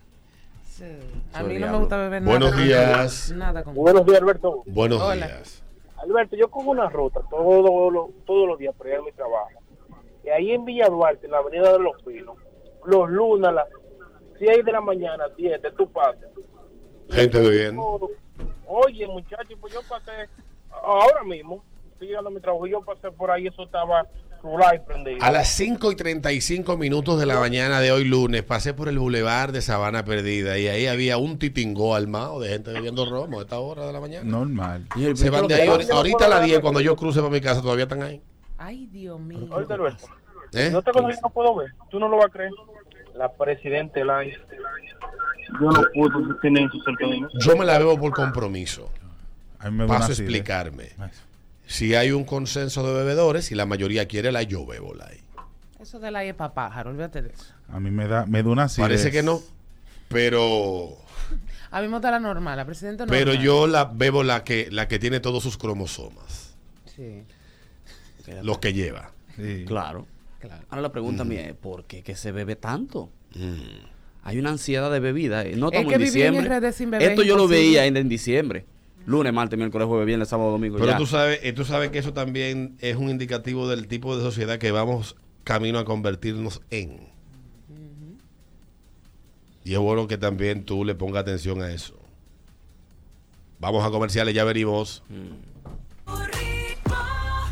S3: A mí no
S2: Soy
S3: me
S2: diablo.
S3: gusta beber
S1: Buenos
S3: nada.
S1: días.
S3: Nada con
S14: Buenos días, Alberto.
S1: Buenos
S14: Hola.
S1: días.
S14: Alberto, yo cojo una ruta todos los- todos los días para ir a mi trabajo. Y ahí en Villa Duarte, en la Avenida de los Pinos, los lunes a las 6 de la mañana, 10 de tu parte.
S1: Gente bebiendo.
S14: Oye, muchachos, pues yo pasé ahora mismo, estoy llegando a mi trabajo, y yo pasé por ahí, eso estaba rural y prendido.
S1: A las 5 y 35 minutos de la mañana de hoy lunes pasé por el bulevar de Sabana Perdida y ahí había un titingó armado de gente bebiendo romo a esta hora de la mañana.
S13: Normal.
S1: Se van de ahí, ahori- ahorita a las 10 cuando yo cruce para mi casa todavía están ahí.
S3: Ay, Dios mío.
S14: Ahorita, Alberto,
S1: ¿Eh?
S14: no te conozco, no puedo ver, tú no lo vas a creer. La presidente Lai. Yo no pude sostener eso, cerca
S1: Yo me la bebo por compromiso.
S13: A mí me da
S1: Paso
S13: una
S1: a
S13: sida.
S1: explicarme. Si hay un consenso de bebedores y la mayoría quiere la yo bebo la.
S3: Eso del aire para pájaro, olvídate de eso.
S13: A mí me da, me da una acidez.
S1: Parece que no, pero
S3: A mí me gusta la normal, la presidenta normal.
S1: pero yo la bebo la que la que tiene todos sus cromosomas,
S3: Sí.
S1: los que lleva.
S2: Claro. Ahora la pregunta mía es, ¿por qué que se bebe tanto?
S1: Mm.
S2: Hay una ansiedad de bebida. eh. No
S3: Es
S2: estamos
S3: que
S2: en
S3: vivir en
S2: diciembre.
S3: redes sin beber
S2: Esto
S3: es
S2: yo lo
S3: imposible.
S2: veía en, en diciembre. Lunes, martes, miércoles, jueves, viernes, sábado, domingo.
S1: Pero
S2: ya.
S1: tú sabes, eh, tú sabes que eso también es un indicativo del tipo de sociedad que vamos camino a convertirnos en. Y es bueno que también tú le pongas atención a eso. Vamos a comerciales, ya venimos.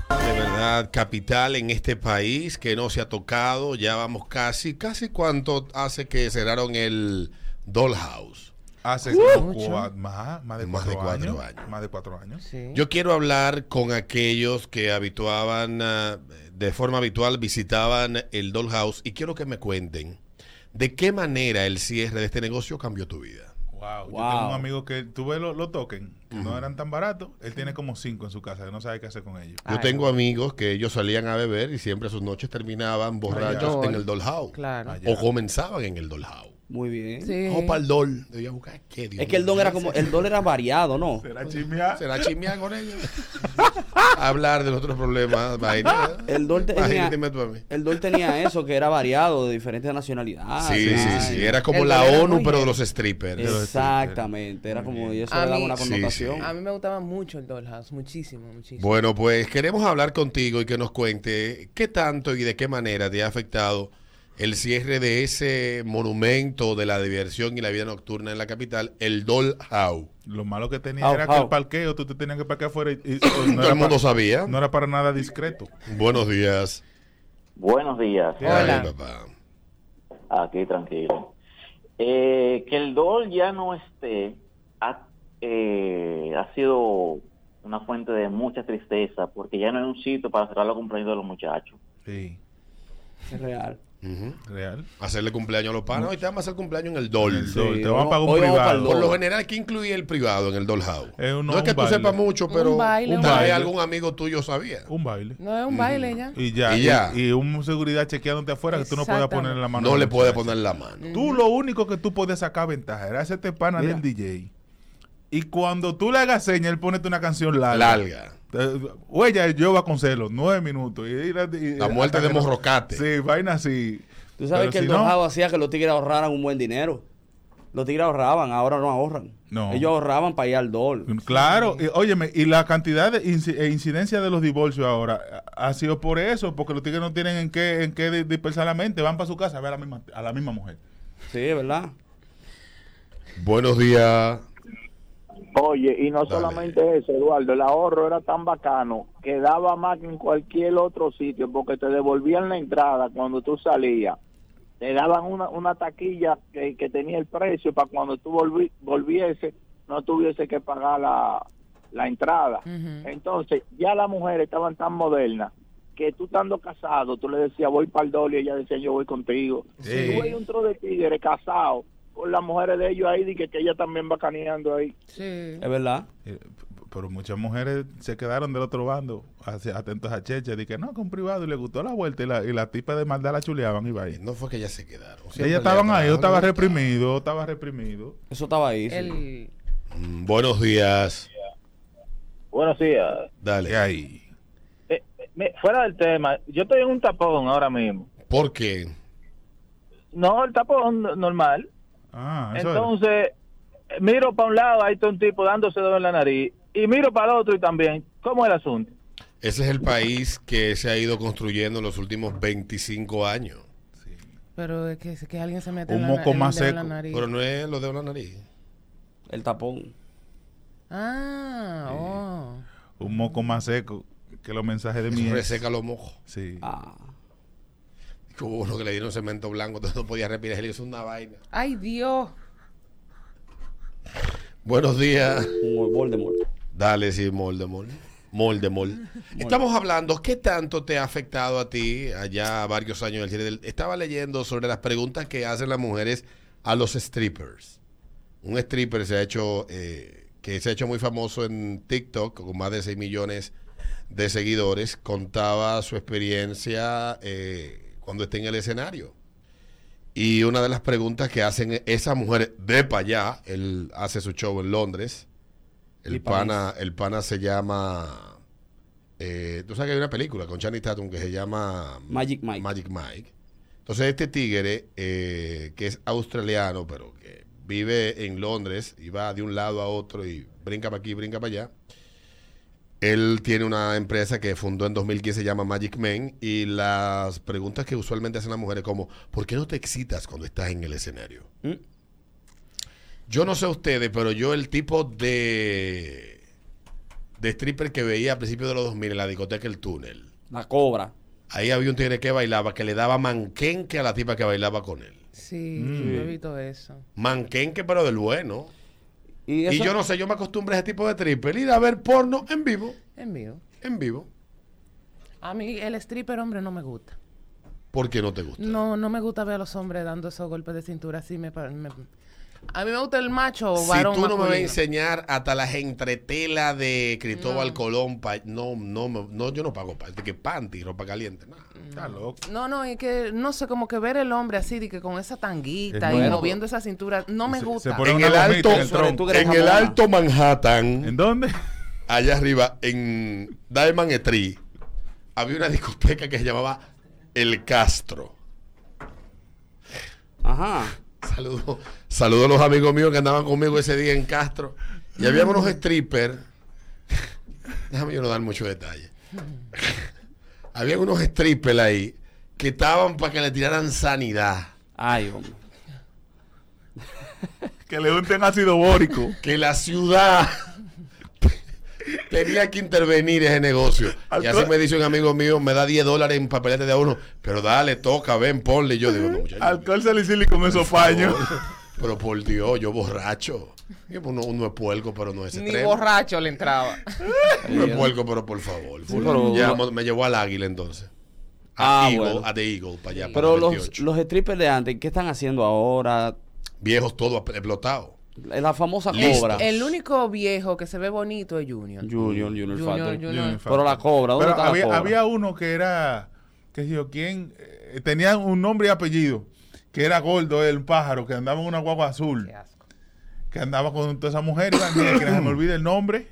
S1: De verdad, capital en este país que no se ha tocado. Ya vamos casi, casi cuánto hace que cerraron el Dollhouse.
S13: Hace como cua- más, más de
S1: Más
S13: cuatro,
S1: de cuatro
S13: años, Más de cuatro años.
S1: Yo quiero hablar con aquellos que habituaban, ah, de forma habitual, visitaban el Dollhouse y quiero que me cuenten de qué manera el cierre de este negocio cambió tu vida.
S13: Wow. Yo
S1: Wow.
S13: tengo un amigo que tuve los lo token, que no eran tan baratos. Él tiene como cinco en su casa, que no sabe qué hacer con ellos.
S1: Yo tengo amigos que ellos salían a beber y siempre sus noches terminaban borrachos
S13: Allá.
S1: en el Dollhouse.
S13: Claro.
S1: O comenzaban en el Dollhouse.
S2: Muy bien.
S1: Sí. Vamos pa'l dol. Debía buscar qué, Dios
S2: Es que el don
S1: mío.
S2: era como, el don era variado, ¿no?
S13: Será chismear.
S1: Será chismear con ellos. Hablar de los otros problemas. vaina.
S2: El don tenía,
S1: Imagínate, dime tú a mí.
S2: el don tenía eso, que era variado, de diferentes nacionalidades.
S1: sí, sí, sí, Era como
S2: Ah, El
S1: la
S2: don era
S1: ONU,
S2: muy
S1: pero de
S2: heavy.
S1: los strippers.
S2: Exactamente, era como, y eso
S3: A
S2: le daba
S3: mí-
S2: una
S1: Sí,
S2: connotación.
S1: sí.
S3: A mí me gustaba mucho el Dollhouse, muchísimo, muchísimo.
S1: Bueno, pues queremos hablar contigo y que nos cuente qué tanto y de qué manera te ha afectado el cierre de ese monumento de la diversión y la vida nocturna en la capital, el Dollhouse.
S13: Lo malo que tenía
S1: Au,
S13: era que
S1: au.
S13: el parqueo, tú te tenías que parquear afuera y, y-
S1: Todo
S13: era
S1: el mundo
S13: pa-
S1: sabía.
S13: No era para nada discreto.
S1: Buenos días.
S15: Buenos días.
S1: Hola.
S15: Aquí tranquilo. Eh, que el dólar ya no esté ha, eh, ha sido una fuente de mucha tristeza porque ya no es un sitio para cerrar los cumpleaños de los muchachos.
S13: Sí.
S2: Es real.
S13: Real.
S1: Hacerle cumpleaños a los
S13: Mm.
S1: panos. Hoy te vamos a hacer cumpleaños en el Doll.
S13: Sí, te van a pagar un Hoy vamos privado. pa'l
S1: Por lo
S13: Doll.
S1: general, ¿qué incluye el privado en el Dollhouse?
S13: Es un-
S1: no es que
S13: un
S1: tú
S13: baile.
S1: sepas mucho, pero
S3: Un baile,
S1: tal
S3: un
S1: vez
S13: baile.
S1: algún amigo tuyo sabía.
S13: Un baile.
S3: No es un baile ya.
S13: Y ya.
S1: Y
S13: Y,
S1: ya.
S13: y un seguridad chequeándote afuera que tú no puedas poner la mano.
S1: No
S13: en
S1: le
S13: el
S1: puede
S13: muchacho.
S1: poner la mano.
S13: Tú lo único que tú podías sacar ventaja era hacerte pana
S1: Mira.
S13: del DJ. Y cuando tú le hagas seña, él ponete una canción larga.
S1: Larga.
S13: Eh, Huella, yo va con celo, nueve minutos. Y, y- y- eh,
S1: La muerte
S13: hasta
S1: de
S13: que no-
S1: Morrocate.
S13: Sí, vaina así.
S2: Tú sabes
S13: Pero
S2: que
S13: si
S2: el
S13: no-
S2: dojado hacía que los tigres ahorraran un buen dinero. Los tigres ahorraban, ahora no ahorran.
S13: No.
S2: Ellos ahorraban para ir al dólar.
S13: Claro, y, óyeme, y la cantidad de inci- e incidencia de los divorcios ahora eh, ha ha sido por eso, porque los tigres no tienen en qué, en qué di- dispersar la mente, van para su casa a ver a la misma, a la misma mujer.
S2: Sí, ¿verdad?
S1: Buenos días.
S16: Oye, y no solamente eso, Eduardo, el ahorro era tan bacano que daba más que en cualquier otro sitio porque te devolvían la entrada cuando tú salías. Te daban una, una taquilla que, que tenía el precio para cuando tú volvi- volviese no tuviese que pagar la, la entrada. Entonces, ya las mujeres estaban tan modernas que tú estando casado, tú le decías voy para el doble y ella decía yo voy contigo.
S13: Sí.
S16: Y tú veías un tro de tigre casado con las mujeres de ellos ahí, y que, que ella también va caneando ahí.
S2: Es verdad.
S13: Eh, Pero muchas mujeres se quedaron del otro bando, hacia- atentos a Cheche, de que no, con privado, y le gustó la vuelta, y la, y la tipa de maldad la chuleaban y va
S1: No fue que ellas se quedaron.
S13: Ellas estaban ahí, yo estaba reprimido, yo estaba reprimido.
S2: Eso estaba ahí.
S3: El-
S1: Mm, Buenos días.
S17: Buenos días.
S1: Dale.
S13: ahí?
S17: Eh, eh, ah, me- fuera del
S14: Ah,
S17: tema, yo estoy en un tapón ahora mismo.
S1: ¿Por qué?
S17: No, el tapón n- normal.
S13: Ah, eso era.
S17: Entonces, eh, miro para un lado, ahí está un tipo dándose dos en la nariz. Y miro para el otro y también. ¿Cómo es el asunto?
S1: Ese es el país que se ha ido construyendo en los últimos 25 años.
S3: Pero es que, es que alguien se mete
S1: Un
S3: en la,
S1: moco
S3: en
S1: más
S3: el dedo en la
S1: seco.
S3: nariz.
S1: Pero no es los dedos de la nariz.
S2: El tapón.
S3: Ah, oh.
S13: Un moco más seco que los mensajes de
S1: Eso
S13: mi ex.
S1: reseca Ah, los mocos.
S13: Sí.
S2: Ah.
S1: Como uno que le dieron cemento blanco, entonces no podía respirar. Él hizo una vaina.
S3: Ay, Dios.
S1: Buenos días.
S2: Voldemort.
S1: Dale, sí, Moldemol. Moldemol. Estamos hablando, ¿qué tanto te ha afectado a ti allá varios años? del cine? Del- Estaba leyendo sobre las preguntas que hacen las mujeres a los strippers. Un stripper se ha hecho, eh, que se ha hecho muy famoso en TikTok, con más de 6 millones de seguidores, contaba su experiencia eh, cuando esté en el escenario. Y una de las preguntas que hacen esas mujeres de para allá, él hace su show en Londres.
S18: Y
S1: El
S18: París.
S1: pana, el pana se llama. eh, Tú sabes que hay una película con Channing Tatum que se llama Magic Mike. Entonces, este tigre, eh, que es australiano, pero que vive en Londres y va de un lado a otro y brinca para aquí, brinca para allá. Él tiene una empresa que fundó en 2015, se llama Magic Men, y
S2: ¿Mm?
S1: las preguntas que usualmente hacen las mujeres como, ¿por qué no te excitas cuando estás en el escenario? Yo no sé ustedes, pero yo el tipo de de stripper que veía a principios de los 2000 en la discoteca El Túnel.
S2: La cobra.
S1: Ahí había un tigre que bailaba que le daba manquenque a la tipa que bailaba con él.
S3: Sí,
S1: Mm.
S3: yo he visto eso.
S1: Manquenque, pero del bueno.
S2: Y,
S3: eso-
S1: yo no sé, yo me acostumbré a ese tipo de stripper. Ir a ver porno en vivo.
S3: En vivo.
S1: En vivo.
S3: A mí el stripper hombre no me gusta.
S1: ¿Por qué no te gusta?
S3: No, no me gusta ver a los hombres dando esos golpes de cintura así. Me, pa- me- a mí me gusta el macho o
S1: Si
S3: varón
S1: tú no me vas a
S3: masculino.
S1: enseñar hasta las entretelas de Cristóbal Colón, pa- no, no, me- no, yo no pago pa- de que panty, ropa caliente, nada. Está loco.
S3: No, no, es que no sé, como que ver el hombre así, de que con esa tanguita
S1: Es
S3: y
S1: bueno.
S3: moviendo esa cintura, no me gusta.
S1: en el alto, en el, alto Manhattan. ¿En
S13: dónde?
S1: Allá arriba, en Diamond Street, había una discoteca que se llamaba El Castro.
S2: Ajá.
S1: Saludos saludo a los amigos míos que andaban conmigo ese día en Castro. Y había unos strippers. Déjame yo no dar mucho detalle. había unos strippers ahí que estaban para que le tiraran sanidad.
S2: Ay, hombre.
S13: que le unten ácido bórico.
S1: que la ciudad tenía que intervenir ese negocio. Y así me dice un amigo mío, me da 10 dólares en papelete de uno, pero dale, toca, ven, ponle. Y yo digo, no, muchacho.
S13: Alcohol salicílico con esos paños.
S1: Pero por Dios, yo borracho. Yo, pues, no- Uno, es puerco, pero no es
S3: Ni
S1: extremo.
S3: borracho le entraba.
S1: Uno es puerco, pero por favor.
S2: Sí,
S1: por-
S2: pero-
S1: ya, mo- me llevó al águila entonces. A
S2: Ah,
S1: Eagle,
S2: bueno.
S1: a The Eagle, para allá. para
S2: Pero
S1: el
S2: los,
S1: 28.
S2: los strippers de antes, ¿qué están haciendo ahora?
S1: Viejos todos explotados.
S2: La la famosa
S1: Listos.
S2: cobra.
S3: El único viejo que se ve bonito es Junior.
S2: Junior, Junior,
S3: Junior,
S2: Factory.
S3: Junior.
S13: Junior
S2: Pero la cobra, ¿dónde
S13: Pero
S2: está
S13: había,
S2: la cobra?
S13: había uno que era, qué sé yo, quién, eh, tenía un nombre y apellido, que era gordo, el pájaro, que andaba en una guagua azul. Que andaba con toda esa mujer, iba, mira, que no se me olvide el nombre.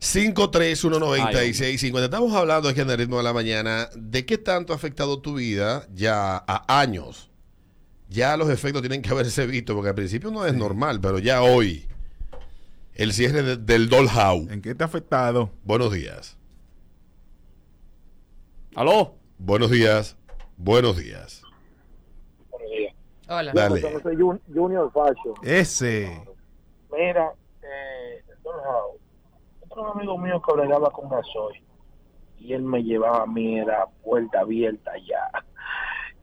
S1: 5319650. Estamos hablando aquí en el ritmo de la mañana de qué tanto ha afectado tu vida ya a años. Ya los efectos tienen que haberse visto, porque al principio no es normal, pero ya hoy. El cierre de- del Dollhouse.
S13: ¿En qué te ha afectado?
S1: Buenos días.
S2: ¿Aló?
S1: Buenos días. Buenos días.
S3: Hola.
S1: Dale.
S14: Yo soy Jun- Junior Fashion.
S13: Ese.
S14: Mira, eh, Dollhouse, otro amigo mío que bregaba con gasoil y él me llevaba a mí, era puerta abierta ya.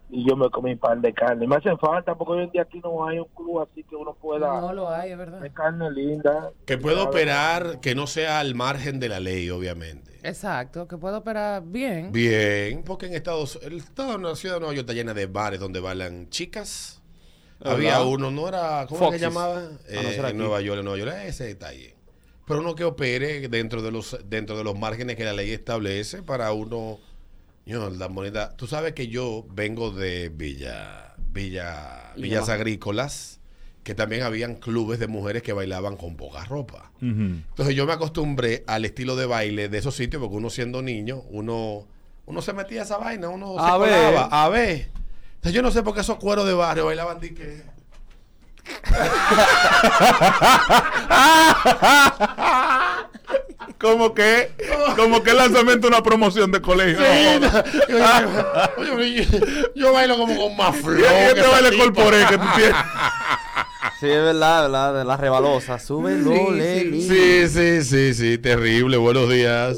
S14: Y yo me comí pan de carne. Y me hace falta porque hoy en día aquí no hay un club así que uno pueda.
S3: No lo hay, es verdad.
S14: De carne linda.
S1: Que pueda
S14: Claro.
S1: operar, que no sea al margen de la ley, obviamente.
S2: Eh.
S3: Exacto, que puedo operar bien.
S1: Bien, porque en Estados el estado, la ciudad de Nueva York está llena de bares donde bailan chicas.
S2: ¿Verdad?
S1: Había uno, no era, ¿cómo se
S2: Foxes.
S1: llamaba?
S2: Ah, no,
S1: Eh,
S2: será
S1: en
S2: aquí.
S1: Nueva York, en Nueva York, ese detalle. Pero uno que opere dentro de los dentro de los márgenes que la ley establece para uno, you know, la moneda. Tú sabes que yo vengo de Villa, Villa, Villas
S2: Baja.
S1: Agrícolas, que también habían clubes de mujeres que bailaban con poca ropa.
S13: Ujú.
S1: Entonces yo me acostumbré al estilo de baile de esos sitios, porque uno siendo niño, uno, uno se metía a esa vaina, uno se
S2: A ver.
S1: colaba, a ver. Entonces yo no sé por qué esos cueros de barrio bailaban di que.
S13: Como que, como que el lanzamiento de una promoción de colegio.
S1: Yo, yo- yo- yo bailo como con más flow.
S13: Y este
S1: esa
S13: baile
S1: tipa.
S13: corporé que tú tienes.
S2: Sí, es verdad, verdad, de la rebalosa. Sube el doble. niño.
S1: Sí, sí, sí, sí, terrible. Buenos días.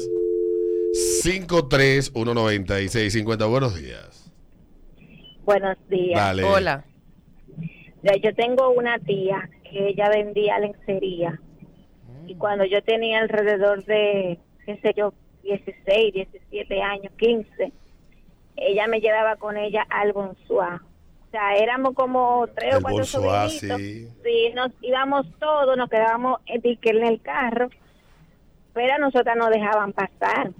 S1: 5319650. Buenos días.
S9: Buenos días.
S1: Dale. Hola.
S9: Ya, Yo tengo una tía que ella vendía lencería. Y cuando yo tenía alrededor de, qué sé yo, 16, 17 años, 15, ella me llevaba con ella al Bonsoir. O sea, éramos como tres o
S1: El
S9: cuatro
S1: Bonsoir,
S9: sobrinitos.
S1: sí.
S9: Sí, nos íbamos todos, nos quedábamos en dique en el carro, pero a nosotras nos dejaban pasar.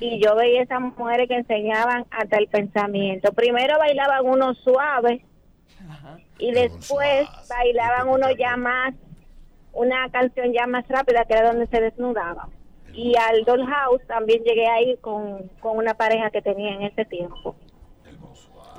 S9: Y yo veía esas mujeres que enseñaban hasta el pensamiento. Primero bailaban unos suaves y después bailaban uno ya más, una canción ya más rápida que era donde se desnudaban. Y al Dollhouse también llegué ahí con, con una pareja que tenía en ese tiempo.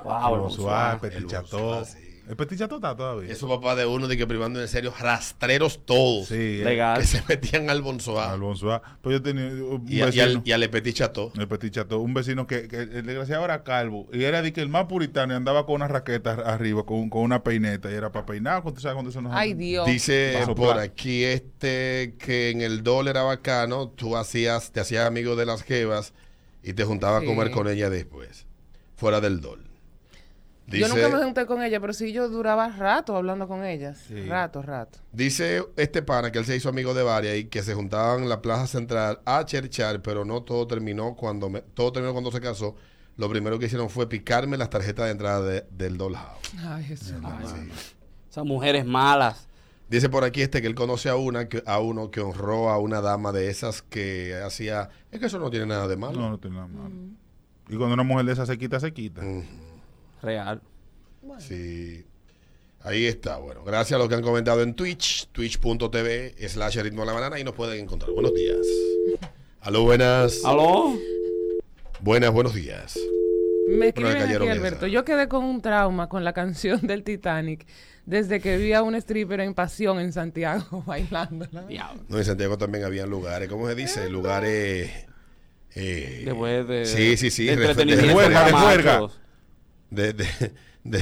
S2: Wow,
S13: Bonsoir, Petit ah, Chateau. El peticha tota todavía.
S1: Esos papás de uno, de que privando en serio, rastreros todos.
S13: Sí, eh.
S2: Legal.
S1: Que se metían al bonzoá.
S13: Al bonzoá. Pues yo tenía un
S1: Y, a- y al, y al Petit Chateau.
S13: El Petit Chateau, un vecino que, que el desgraciado era calvo y era de que el más puritano y andaba con una raqueta ar- arriba, con, con una peineta y era para peinar, cuando tú sabes cuando eso nos
S3: Ay, Dios.
S1: Dice
S13: Bajo
S1: por
S13: plato.
S1: aquí este que en el dólar era bacano, tú hacías, te hacías amigo de las jevas y te juntabas
S3: Sí.
S1: a comer con ella después, fuera del dólar.
S3: Yo nunca me
S1: Dice,
S3: junté con ella, pero sí yo duraba rato hablando con ellas. Rato, rato.
S1: dice este pana que él se hizo amigo de varias y que se juntaban en la plaza central a cherchar, pero no todo terminó cuando me- todo terminó cuando se casó. Lo primero que hicieron fue picarme las tarjetas de entrada de- del dollhouse.
S3: Ay, Jesús.
S2: Esas mujeres malas.
S1: Dice por aquí este que él conoce a una que, a uno que honró a una dama de esas que hacía. Es que eso no tiene nada de malo.
S13: No, no tiene nada malo.
S3: Mm.
S13: Y cuando una mujer de esa se quita, se quita.
S18: Mm.
S2: Real.
S1: Sí. Ahí está. Bueno, gracias a los que han comentado en Twitch, twitch.tv slash el ritmo de la banana y nos pueden encontrar. Buenos días. Aló, buenas.
S2: Aló.
S1: Buenas, buenos días.
S3: Me
S1: Bueno, le
S3: escriben aquí,
S1: cayeron esa.
S3: Alberto. Yo quedé con un trauma con la canción del Titanic desde que vi a un stripper en pasión en Santiago bailándola.
S1: No, en Santiago también había lugares, ¿cómo se dice? Lugares. eh,
S2: Después de-
S1: sí, sí, sí.
S2: de
S1: ref-
S2: entretenimiento para
S1: de
S2: machos.
S1: De, de, de,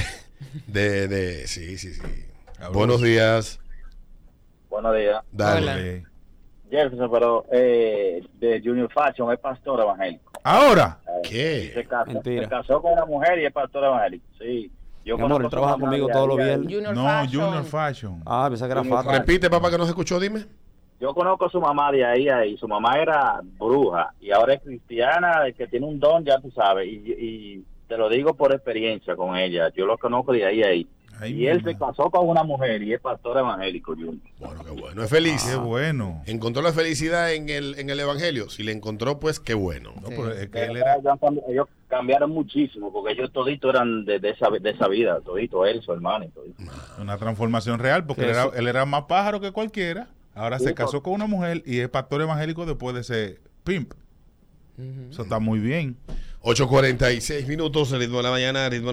S1: de, de- sí, sí, sí.
S18: Cabrón.
S1: Buenos días.
S18: Buenos días.
S1: Dale.
S18: Jefferson, pero eh, de Junior Fashion es pastor evangélico.
S13: Ahora.
S1: ¿Qué?
S18: Se casó,
S2: Eh, Mentira.
S18: se casó con una mujer y es pastor evangélico. Sí. Yo
S2: Mi amor, él
S18: conozco
S2: trabaja
S18: a una
S2: conmigo
S18: de
S2: todos los
S18: ahí,
S2: viernes.
S18: ahí.
S13: no, Junior Fashion.
S2: Ah, pensaba que era
S18: Junior
S2: fatal.
S18: Fashion.
S1: Repite, papá, que no se escuchó, dime.
S18: Yo conozco a su mamá de ahí, ahí. Su mamá era bruja y ahora es cristiana, que tiene un don, ya tú sabes. Y, y te lo digo por experiencia con ella. Yo lo conozco de ahí, ahí. y él se casó con una mujer y es pastor evangélico, Junior.
S1: Bueno, Ah. qué bueno. Es feliz.
S13: Qué bueno.
S1: ¿Encontró la felicidad en el, en el Evangelio? Si la encontró, pues qué bueno.
S18: Pero ellos, cambi- ellos cambiaron muchísimo porque ellos toditos eran de, de esa, de esa vida, todito él, su hermano y todito.
S13: Una transformación real, porque
S18: Que
S13: él era,
S18: eso-
S13: él era más pájaro que cualquiera. Ahora
S18: Sí,
S13: se
S18: por-
S13: casó con una mujer y es pastor evangélico después de ser pimp. Eso está muy bien.
S1: 8.46 minutos, el ritmo de la mañana, ritmo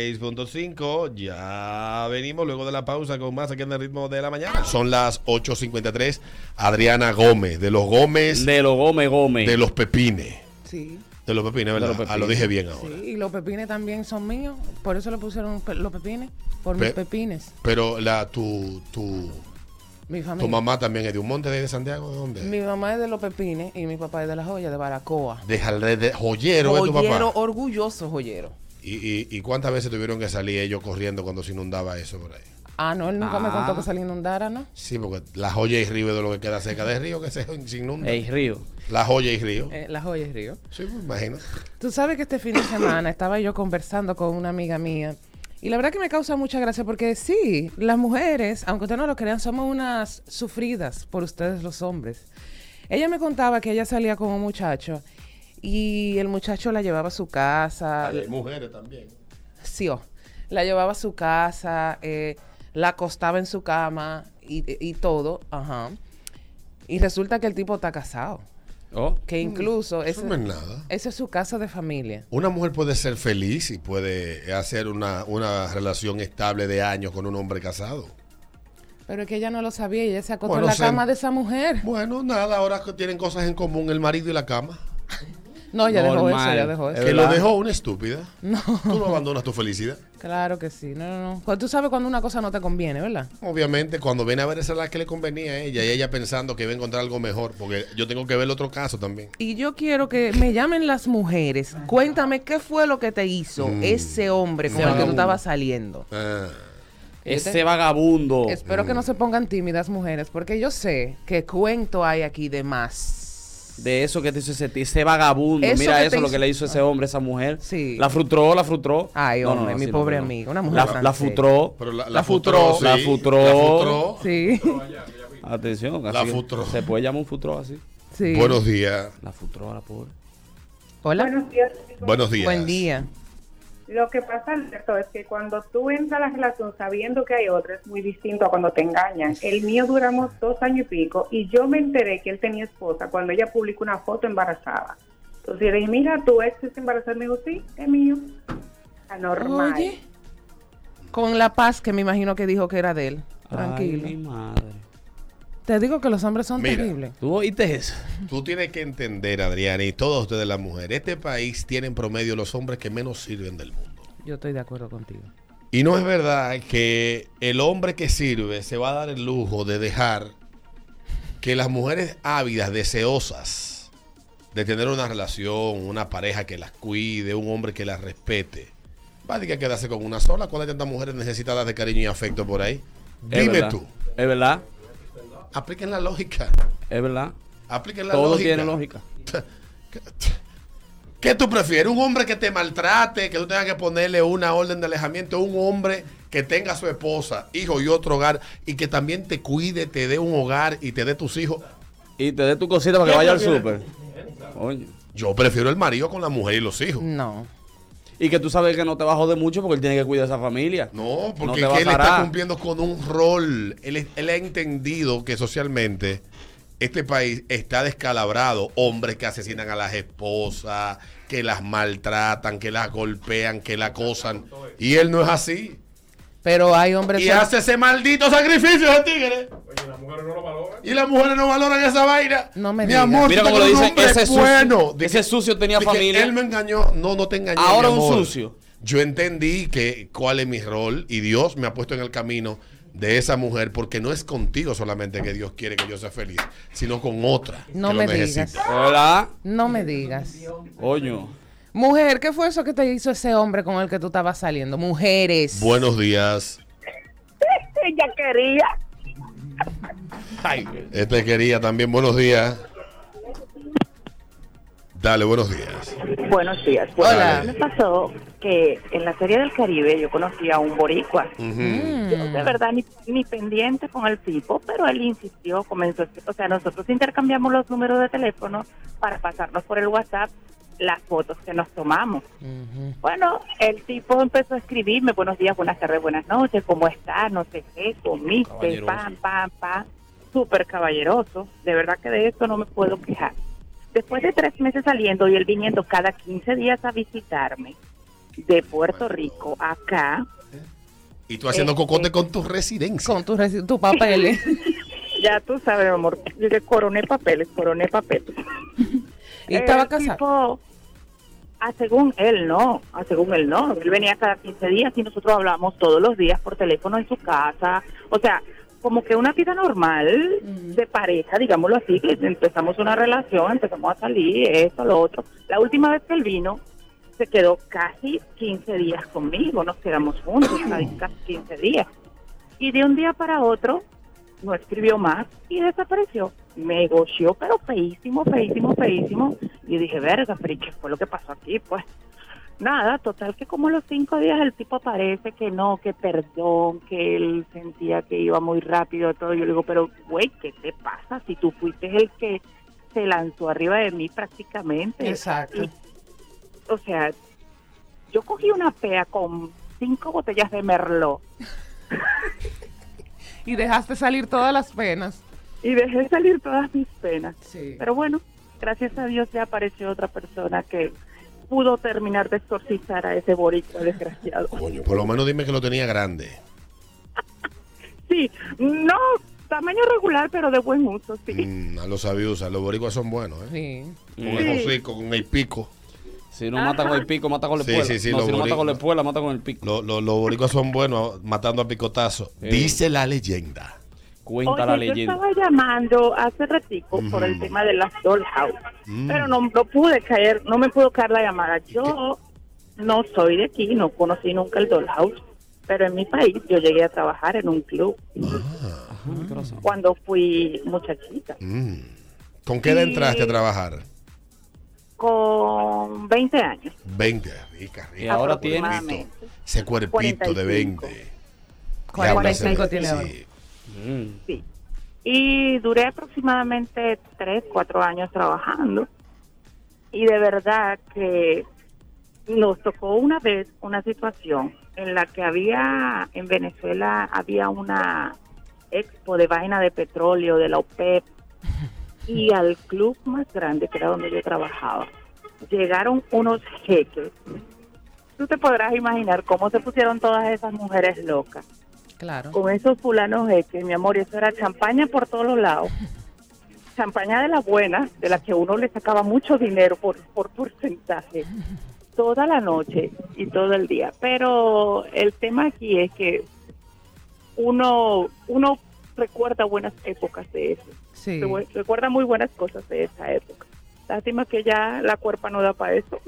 S1: 96.5. Ya venimos luego de la pausa con más aquí en el ritmo de la mañana. Son las 8.53. Adriana Gómez, de los Gómez.
S2: De los Gómez Gómez.
S1: De los Pepines.
S3: Sí.
S1: De los Pepines, ¿verdad?
S2: los
S1: Ah, lo
S2: Pepines.
S1: dije bien ahora.
S3: Sí, y los pepines también son míos. Por eso le pusieron pe- los pepines. Por mis
S1: Pe-
S3: pepines.
S1: Pero la, tu, tu,
S3: Mi familia.
S1: tu mamá también es de un monte de Santiago, ¿de dónde?
S3: Mi mamá es de los pepines y mi papá es de la joya de Baracoa.
S1: De, Jalre- de joyero, ¿es tu
S3: Joyero,
S1: papá.
S3: orgulloso joyero.
S1: ¿Y, y, y cuántas veces tuvieron que salir ellos corriendo cuando se inundaba eso por ahí?
S3: Ah, no, él nunca me contó
S1: Ah.
S3: que se le inundara, ¿no?
S1: Sí, porque la joya y río es de lo que queda cerca de río que se se inunda.
S2: Ey, río.
S1: La joya y río.
S3: Eh, la joya es río.
S1: Sí, pues, me imagino.
S3: Tú sabes que este fin de semana estaba yo conversando con una amiga mía y la verdad que me causa mucha gracia porque sí, las mujeres, aunque ustedes no lo crean, somos unas sufridas por ustedes los hombres. Ella me contaba que ella salía con un muchacho y el muchacho la llevaba a su casa.
S1: Hay mujeres también.
S3: Sí, oh. la llevaba a su casa, eh, la acostaba en su cama y, y todo. Ajá. Y resulta que el tipo está casado. Oh. Que incluso...
S1: Mm, Eso
S3: ese-
S1: no es nada.
S3: Esa es su casa de familia.
S1: Una mujer puede ser feliz y puede hacer una, una relación estable de años con un hombre casado.
S3: Pero es que ella no lo sabía y ella se acostó
S1: Bueno,
S3: en la
S1: se-
S3: cama de esa mujer.
S1: Bueno, nada, ahora que tienen cosas en común el marido y la cama.
S3: No, ya dejó eso, ya dejó eso.
S1: Que lo dejó una estúpida. Tú no abandonas tu felicidad.
S3: Claro que sí, no, no, no. Cuando Tú sabes cuando una cosa no te conviene, ¿verdad?
S1: Obviamente, cuando viene a ver esa es la que le convenía a ella y ella pensando que va a encontrar algo mejor, porque yo tengo que ver el otro caso también.
S3: Y yo quiero que me llamen las mujeres. Cuéntame qué fue lo que te hizo
S1: Mm.
S3: ese hombre con
S1: Ese
S3: el que tú
S1: vagabundo.
S3: estabas saliendo.
S1: Ah.
S2: Ese
S1: Oh.
S2: vagabundo.
S3: Espero que no se pongan tímidas mujeres, porque yo sé que cuento hay aquí de más.
S2: De eso que te hizo ese, ese vagabundo.
S3: Eso
S2: Mira
S3: que
S2: eso
S3: te
S2: lo
S3: hizo-
S2: que le hizo ese hombre, esa mujer.
S3: Sí.
S2: La frustró, la frustró.
S3: Ay,
S2: No, no,
S3: hombre,
S2: no,
S3: mi
S2: sí, no,
S3: pobre
S2: no, no.
S3: amiga, una mujer
S2: La,
S3: tan seria.
S2: la frustró.
S1: Pero la- la frustró,
S2: La
S1: sí,
S2: frustró.
S1: la frustró.
S3: Sí.
S2: Atención.
S1: La
S2: así-
S1: frustró.
S2: Se puede llamar un frustró así.
S3: Sí.
S1: Buenos días.
S2: La frustró a la pobre.
S3: Hola.
S19: Buenos días.
S1: Buenos días.
S3: Buen día.
S19: Lo que pasa, Alberto, es que cuando tú entras a la relación sabiendo que hay otro, es muy distinto a cuando te engañan. El mío duramos dos años y pico y yo me enteré que él tenía esposa cuando ella publicó una foto embarazada. Entonces yo le dije, mira, tu ex está embarazada. Me dijo, sí, es mío. Anormal.
S3: Oye. con la paz que me imagino que dijo que era de él. Tranquilo.
S2: Ay, mi madre.
S3: Te digo que los hombres son terribles.
S2: ¿Tú oíste eso?
S1: Tú tienes que entender, Adriana, y todos ustedes las mujeres. Este país tiene en promedio los hombres que menos sirven del mundo.
S3: Yo estoy de acuerdo contigo.
S1: Y no es verdad que el hombre que sirve se va a dar el lujo de dejar que las mujeres ávidas, deseosas de tener una relación, una pareja que las cuide, un hombre que las respete, va a tener que quedarse con una sola. ¿Cuántas tantas mujeres necesitadas de cariño y afecto por ahí?
S2: Es
S1: Dime
S2: verdad.
S1: tú.
S2: Es verdad.
S1: Apliquen la lógica.
S2: Es verdad.
S1: Apliquen la
S2: Todo
S1: lógica.
S2: tiene lógica.
S1: ¿Qué- ¿Qué tú prefieres? ¿Un hombre que te maltrate, que tú tengas que ponerle una orden de alejamiento? ¿Un hombre que tenga a su esposa, hijo y otro hogar y que también te cuide, te dé un hogar y te dé tus hijos?
S2: Y te dé tu cosita para que
S1: ¿Qué
S2: vaya al súper.
S1: prefieres? Yo prefiero el marido con la mujer y los hijos.
S3: No.
S2: Y que tú sabes que no te va a joder mucho porque él tiene que cuidar a esa familia.
S1: No,
S2: no
S1: Porque
S2: te va
S1: que
S2: a
S1: él está
S2: zarar.
S1: cumpliendo con un rol. Él, es- él ha entendido que socialmente este país está descalabrado. Hombres que asesinan a las esposas, que las maltratan, que las golpean, que la acosan. Y él no es así.
S3: Pero hay hombres
S1: Y hace ese maldito sacrificio de tigre. Y las mujeres no valoran esa vaina.
S3: No me
S1: Mi
S3: digas.
S1: amor,
S2: Mira
S1: tú
S2: cómo lo
S1: te crees un
S2: dice,
S1: hombre
S2: ese sucio,
S1: bueno. De
S2: ese sucio tenía
S1: de que
S2: familia.
S1: Él me engañó. No, no te engañé.
S2: Ahora
S1: mi
S2: un
S1: amor.
S2: sucio.
S1: Yo entendí que cuál es mi rol y Dios me ha puesto en el camino de esa mujer porque no es contigo solamente que Dios quiere que yo sea feliz, sino con otra.
S3: No
S1: que lo
S3: me
S1: necesita.
S3: digas.
S2: Hola.
S3: No me digas.
S2: Coño.
S3: Mujer, ¿qué fue eso que te hizo ese hombre con el que tú estabas saliendo? Mujeres.
S1: Buenos días.
S9: Ella quería.
S1: Este quería también. Buenos días. Dale, buenos días.
S11: Buenos días. Pues, a mí Me pasó que en la Serie del Caribe yo conocí a un boricua. Yo
S3: Mm.
S11: de verdad ni, ni pendiente con el tipo, pero él insistió, comenzó, o sea, nosotros intercambiamos los números de teléfono para pasarnos por el WhatsApp las fotos que nos tomamos.
S3: Mm.
S11: Bueno, el tipo empezó a escribirme, buenos días, buenas tardes, buenas noches, ¿cómo estás? No sé qué, comiste,
S9: Caballeroso.
S11: pam, pam, pam. Súper caballeroso, de verdad que de eso no me puedo quejar. Después de tres meses saliendo y él viniendo cada 15 días a visitarme de Puerto Rico acá,
S1: Y tú
S11: Este,
S1: haciendo cocote con tu residencia.
S3: Con tu, resi- tu papel.
S11: ya tú sabes, mi amor, le coroné papeles, coroné papeles.
S3: ¿Y estaba
S11: El tipo, ah, según él, no. ah, según él, no. Él venía cada 15 días y nosotros hablábamos todos los días por teléfono en su casa. O sea, como que una vida normal de pareja, digámoslo así, que empezamos una relación, empezamos a salir, esto, lo otro. La última vez que él vino, se quedó casi 15 días conmigo. Nos quedamos juntos casi casi 15 días. Y de un día para otro, no escribió más y desapareció. Me goció, pero feísimo, feísimo, feísimo. Y dije, verga, pero ¿y ¿qué fue lo que pasó aquí? Pues nada, total que como a los cinco días el tipo aparece que no, que perdón, que él sentía que iba muy rápido todo. Yo le digo, pero güey, ¿qué te pasa? Si tú fuiste el que se lanzó arriba de mí prácticamente.
S3: Exacto.
S11: Y, o sea, yo cogí una pea con cinco botellas de merlot
S3: Y dejaste salir todas las penas.
S11: y dejé salir todas mis penas. Pero bueno, gracias a Dios ya apareció otra persona que pudo terminar de exorcizar a ese boricua desgraciado.
S1: Coño, Por lo menos dime que lo tenía grande.
S11: Sí, no, tamaño regular, pero de buen uso, sí.
S1: Mm, a los sabios, a los boricuas son buenos, ¿eh?
S11: Sí.
S1: Con el
S11: Sí.
S1: hocico, con el pico.
S2: Si no mata con el pico, mata con la
S1: Sí,
S2: espuela.
S1: sí, sí,
S2: no,
S1: los
S2: si no mata
S1: boricuas-
S2: con la espuela, mata con el pico.
S1: Lo- lo- los boricuas son buenos matando a picotazo. Dice la leyenda.
S2: Cuenta
S11: Oye, yo estaba llamando hace ratico por el tema de las dollhouse,
S1: Mm.
S11: pero no, no pude caer, no me pudo caer la llamada. Yo no soy de aquí, no conocí nunca el dollhouse, pero en mi país yo llegué a trabajar en un club cuando fui muchachita,
S1: Mm. ¿Con qué edad
S11: Sí.
S1: entraste a trabajar?
S11: con 20 años.
S1: 20. Rica, rica.
S11: Y ahora tiene- Aproximadamente.
S1: Ese cuerpito de pues,
S11: 45.
S1: 20. eh,
S11: 45 tiene ahora.
S2: Mm.
S11: Sí. Y duré aproximadamente tres, cuatro años trabajando. Y de verdad que nos tocó una vez una situación en la que había, en Venezuela, había una expo de vaina de petróleo de la OPEP. Y al club más grande, que era donde yo trabajaba, llegaron unos jeques tú te podrás imaginar cómo se pusieron todas esas mujeres locas.
S3: Claro.
S11: Con esos fulanos X, mi amor, y eso era champaña por todos los lados. Champaña de la buena, de la que uno le sacaba mucho dinero por, por porcentaje. Toda la noche y todo el día. Pero el tema aquí es que uno, uno recuerda buenas épocas de eso.
S3: Sí.
S11: Recu- Recuerda muy buenas cosas de esa época. Lástima que ya la cuerpa no da para eso.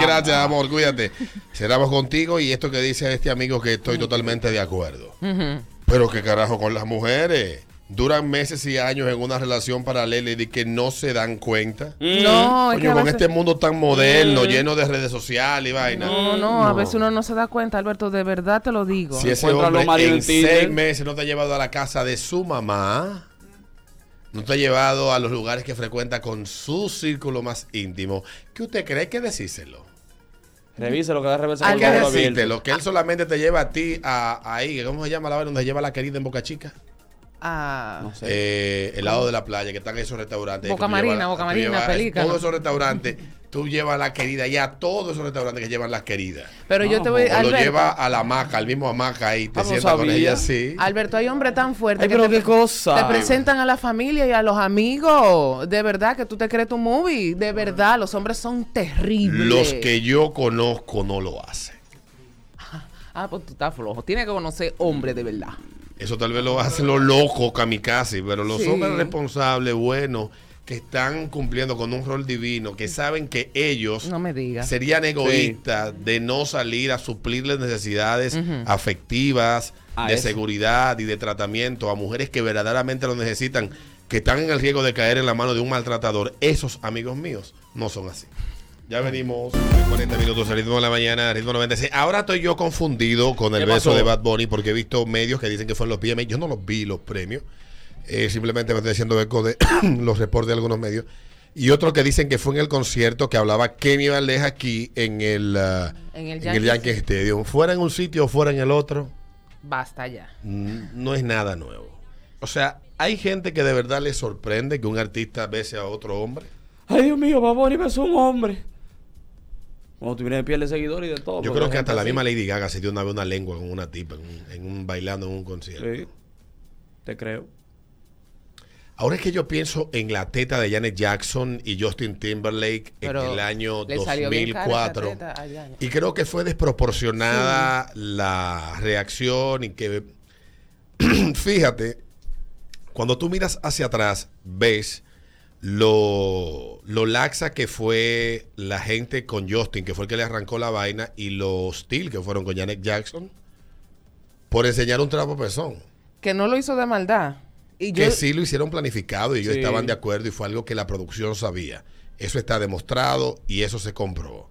S1: Gracias, amor, cuídate. Cerramos contigo y esto que dice este amigo que estoy totalmente de acuerdo. Pero qué carajo con las mujeres. Duran meses y años en una relación paralela y de que no se dan cuenta.
S3: No, es que
S1: Mm. Coño,
S3: a
S1: con
S3: veces-
S1: este mundo tan moderno,
S3: Mm.
S1: lleno de redes sociales y vaina.
S3: No, no, a veces uno no se da cuenta, Alberto, de verdad te lo digo.
S1: Si ese hombre en seis meses no te ha llevado a la casa de su mamá, no te ha llevado a los lugares que frecuenta con su círculo más íntimo, ¿qué usted cree Hay que decírselo?
S2: Revisa Ah, lo que da reversa
S1: Hay
S2: con
S1: que
S2: el brazo abierto.
S1: decírtelo, que él solamente te lleva a ti a, ahí, ¿cómo se llama la vaina donde lleva la querida en Boca Chica?
S3: Ah,
S1: Eh, el lado de la playa, que están esos restaurantes.
S3: Boca
S1: que tú
S3: Marina,
S1: llevas-
S3: Boca
S1: tú
S3: Marina,
S1: llevas-
S3: Pelícano.
S1: Todos esos restaurantes, tú llevas a la querida y a todos esos restaurantes que llevan las queridas.
S3: Pero yo te voy-
S1: O lo
S3: Alberto.
S1: lleva a la hamaca, al mismo hamaca ahí, te
S2: Ah, no
S1: sientas con
S2: sabía.
S1: ella así.
S3: Alberto, hay hombres tan fuertes
S2: Ay, pero
S3: te,
S2: qué cosa.
S3: te presentan a la familia y a los amigos. De verdad que tú te crees tu movie. De verdad, los hombres son terribles.
S1: Los que yo conozco no lo hacen.
S3: Ah, pues tú estás flojo. Tienes que conocer hombres de verdad.
S1: Eso tal vez lo hacen los locos kamikaze, pero los
S3: Sí.
S1: hombres responsables, buenos, que están cumpliendo con un rol divino, que saben que ellos
S3: No me digas.
S1: serían egoístas de no salir a suplir las necesidades
S3: Ujú.
S1: afectivas,
S2: Ah,
S1: de
S2: eso.
S1: seguridad y de tratamiento a mujeres que verdaderamente lo necesitan, que están en el riesgo de caer en la mano de un maltratador. Esos amigos míos no son así. Ya venimos, 40 minutos, el ritmo de la mañana, el ritmo 96. Ahora estoy yo confundido con el
S2: ¿Qué
S1: beso
S2: pasó?
S1: de Bad Bunny porque he visto medios que dicen que fueron los PMA. Yo no los vi los premios. Eh, simplemente me estoy haciendo eco de los reportes de algunos medios. Y otro que dicen que fue en el concierto que hablaba Kenny Valdez aquí en el, ah,
S3: En el
S1: en
S3: Yankee.
S1: el Yankee Stadium. Fuera en un sitio o fuera en el otro,
S3: Basta ya.
S1: n- no es nada nuevo. O sea, hay gente que de verdad le sorprende que un artista bese a otro hombre.
S2: Ay, Dios mío, Bad Bunny besó a un hombre. Cuando tú vienes de piel de seguidor y de todo.
S1: Yo
S2: porque
S1: creo que hasta
S2: gente
S1: la
S2: así.
S1: misma Lady Gaga se dio una vez una lengua con una tipa en un, en un- bailando en un concierto.
S2: Sí, te creo.
S1: Ahora es que yo pienso en la teta de Janet Jackson y Justin Timberlake en
S3: Pero
S1: el año
S3: le salió bien cara esa
S1: 2004.
S3: teta a Janet.
S1: Y creo que fue desproporcionada la reacción y que, fíjate, cuando tú miras hacia atrás, ves lo, lo laxa que fue la gente con Justin, que fue el que le arrancó la vaina, y lo hostil que fueron con Janet Jackson por enseñar un trapo a pezón.
S3: Que no lo hizo de maldad. Y yo,
S1: Que sí lo hicieron planificado y ellos
S2: Sí.
S1: estaban de acuerdo y fue algo que la producción sabía. Eso está demostrado y eso se comprobó.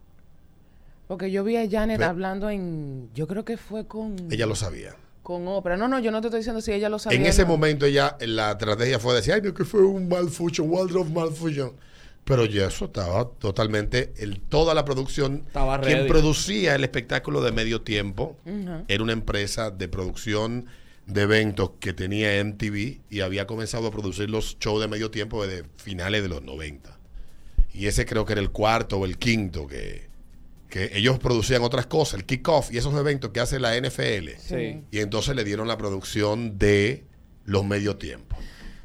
S3: porque yo vi a Janet
S1: Ve-
S3: hablando en. Yo creo que fue con.
S1: Ella lo sabía.
S3: Con Oprah. No, no, yo no te estoy diciendo si ella lo sabía.
S1: en ese
S3: no.
S1: momento ella, la estrategia fue decir, ay, no, que fue un malfunción, Waldorf malfunción. Pero ya eso estaba totalmente, el, toda la producción,
S2: Estaba
S1: quien
S2: ready.
S1: producía el espectáculo de medio tiempo,
S2: Ujú.
S1: era una empresa de producción de eventos que tenía MTV y había comenzado a producir los shows de medio tiempo desde finales de los 90. Y ese creo que era el cuarto o el quinto que, que ellos producían otras cosas, el kickoff y esos eventos que hace la NFL.
S2: Sí.
S1: Y entonces le dieron la producción de los medio tiempos.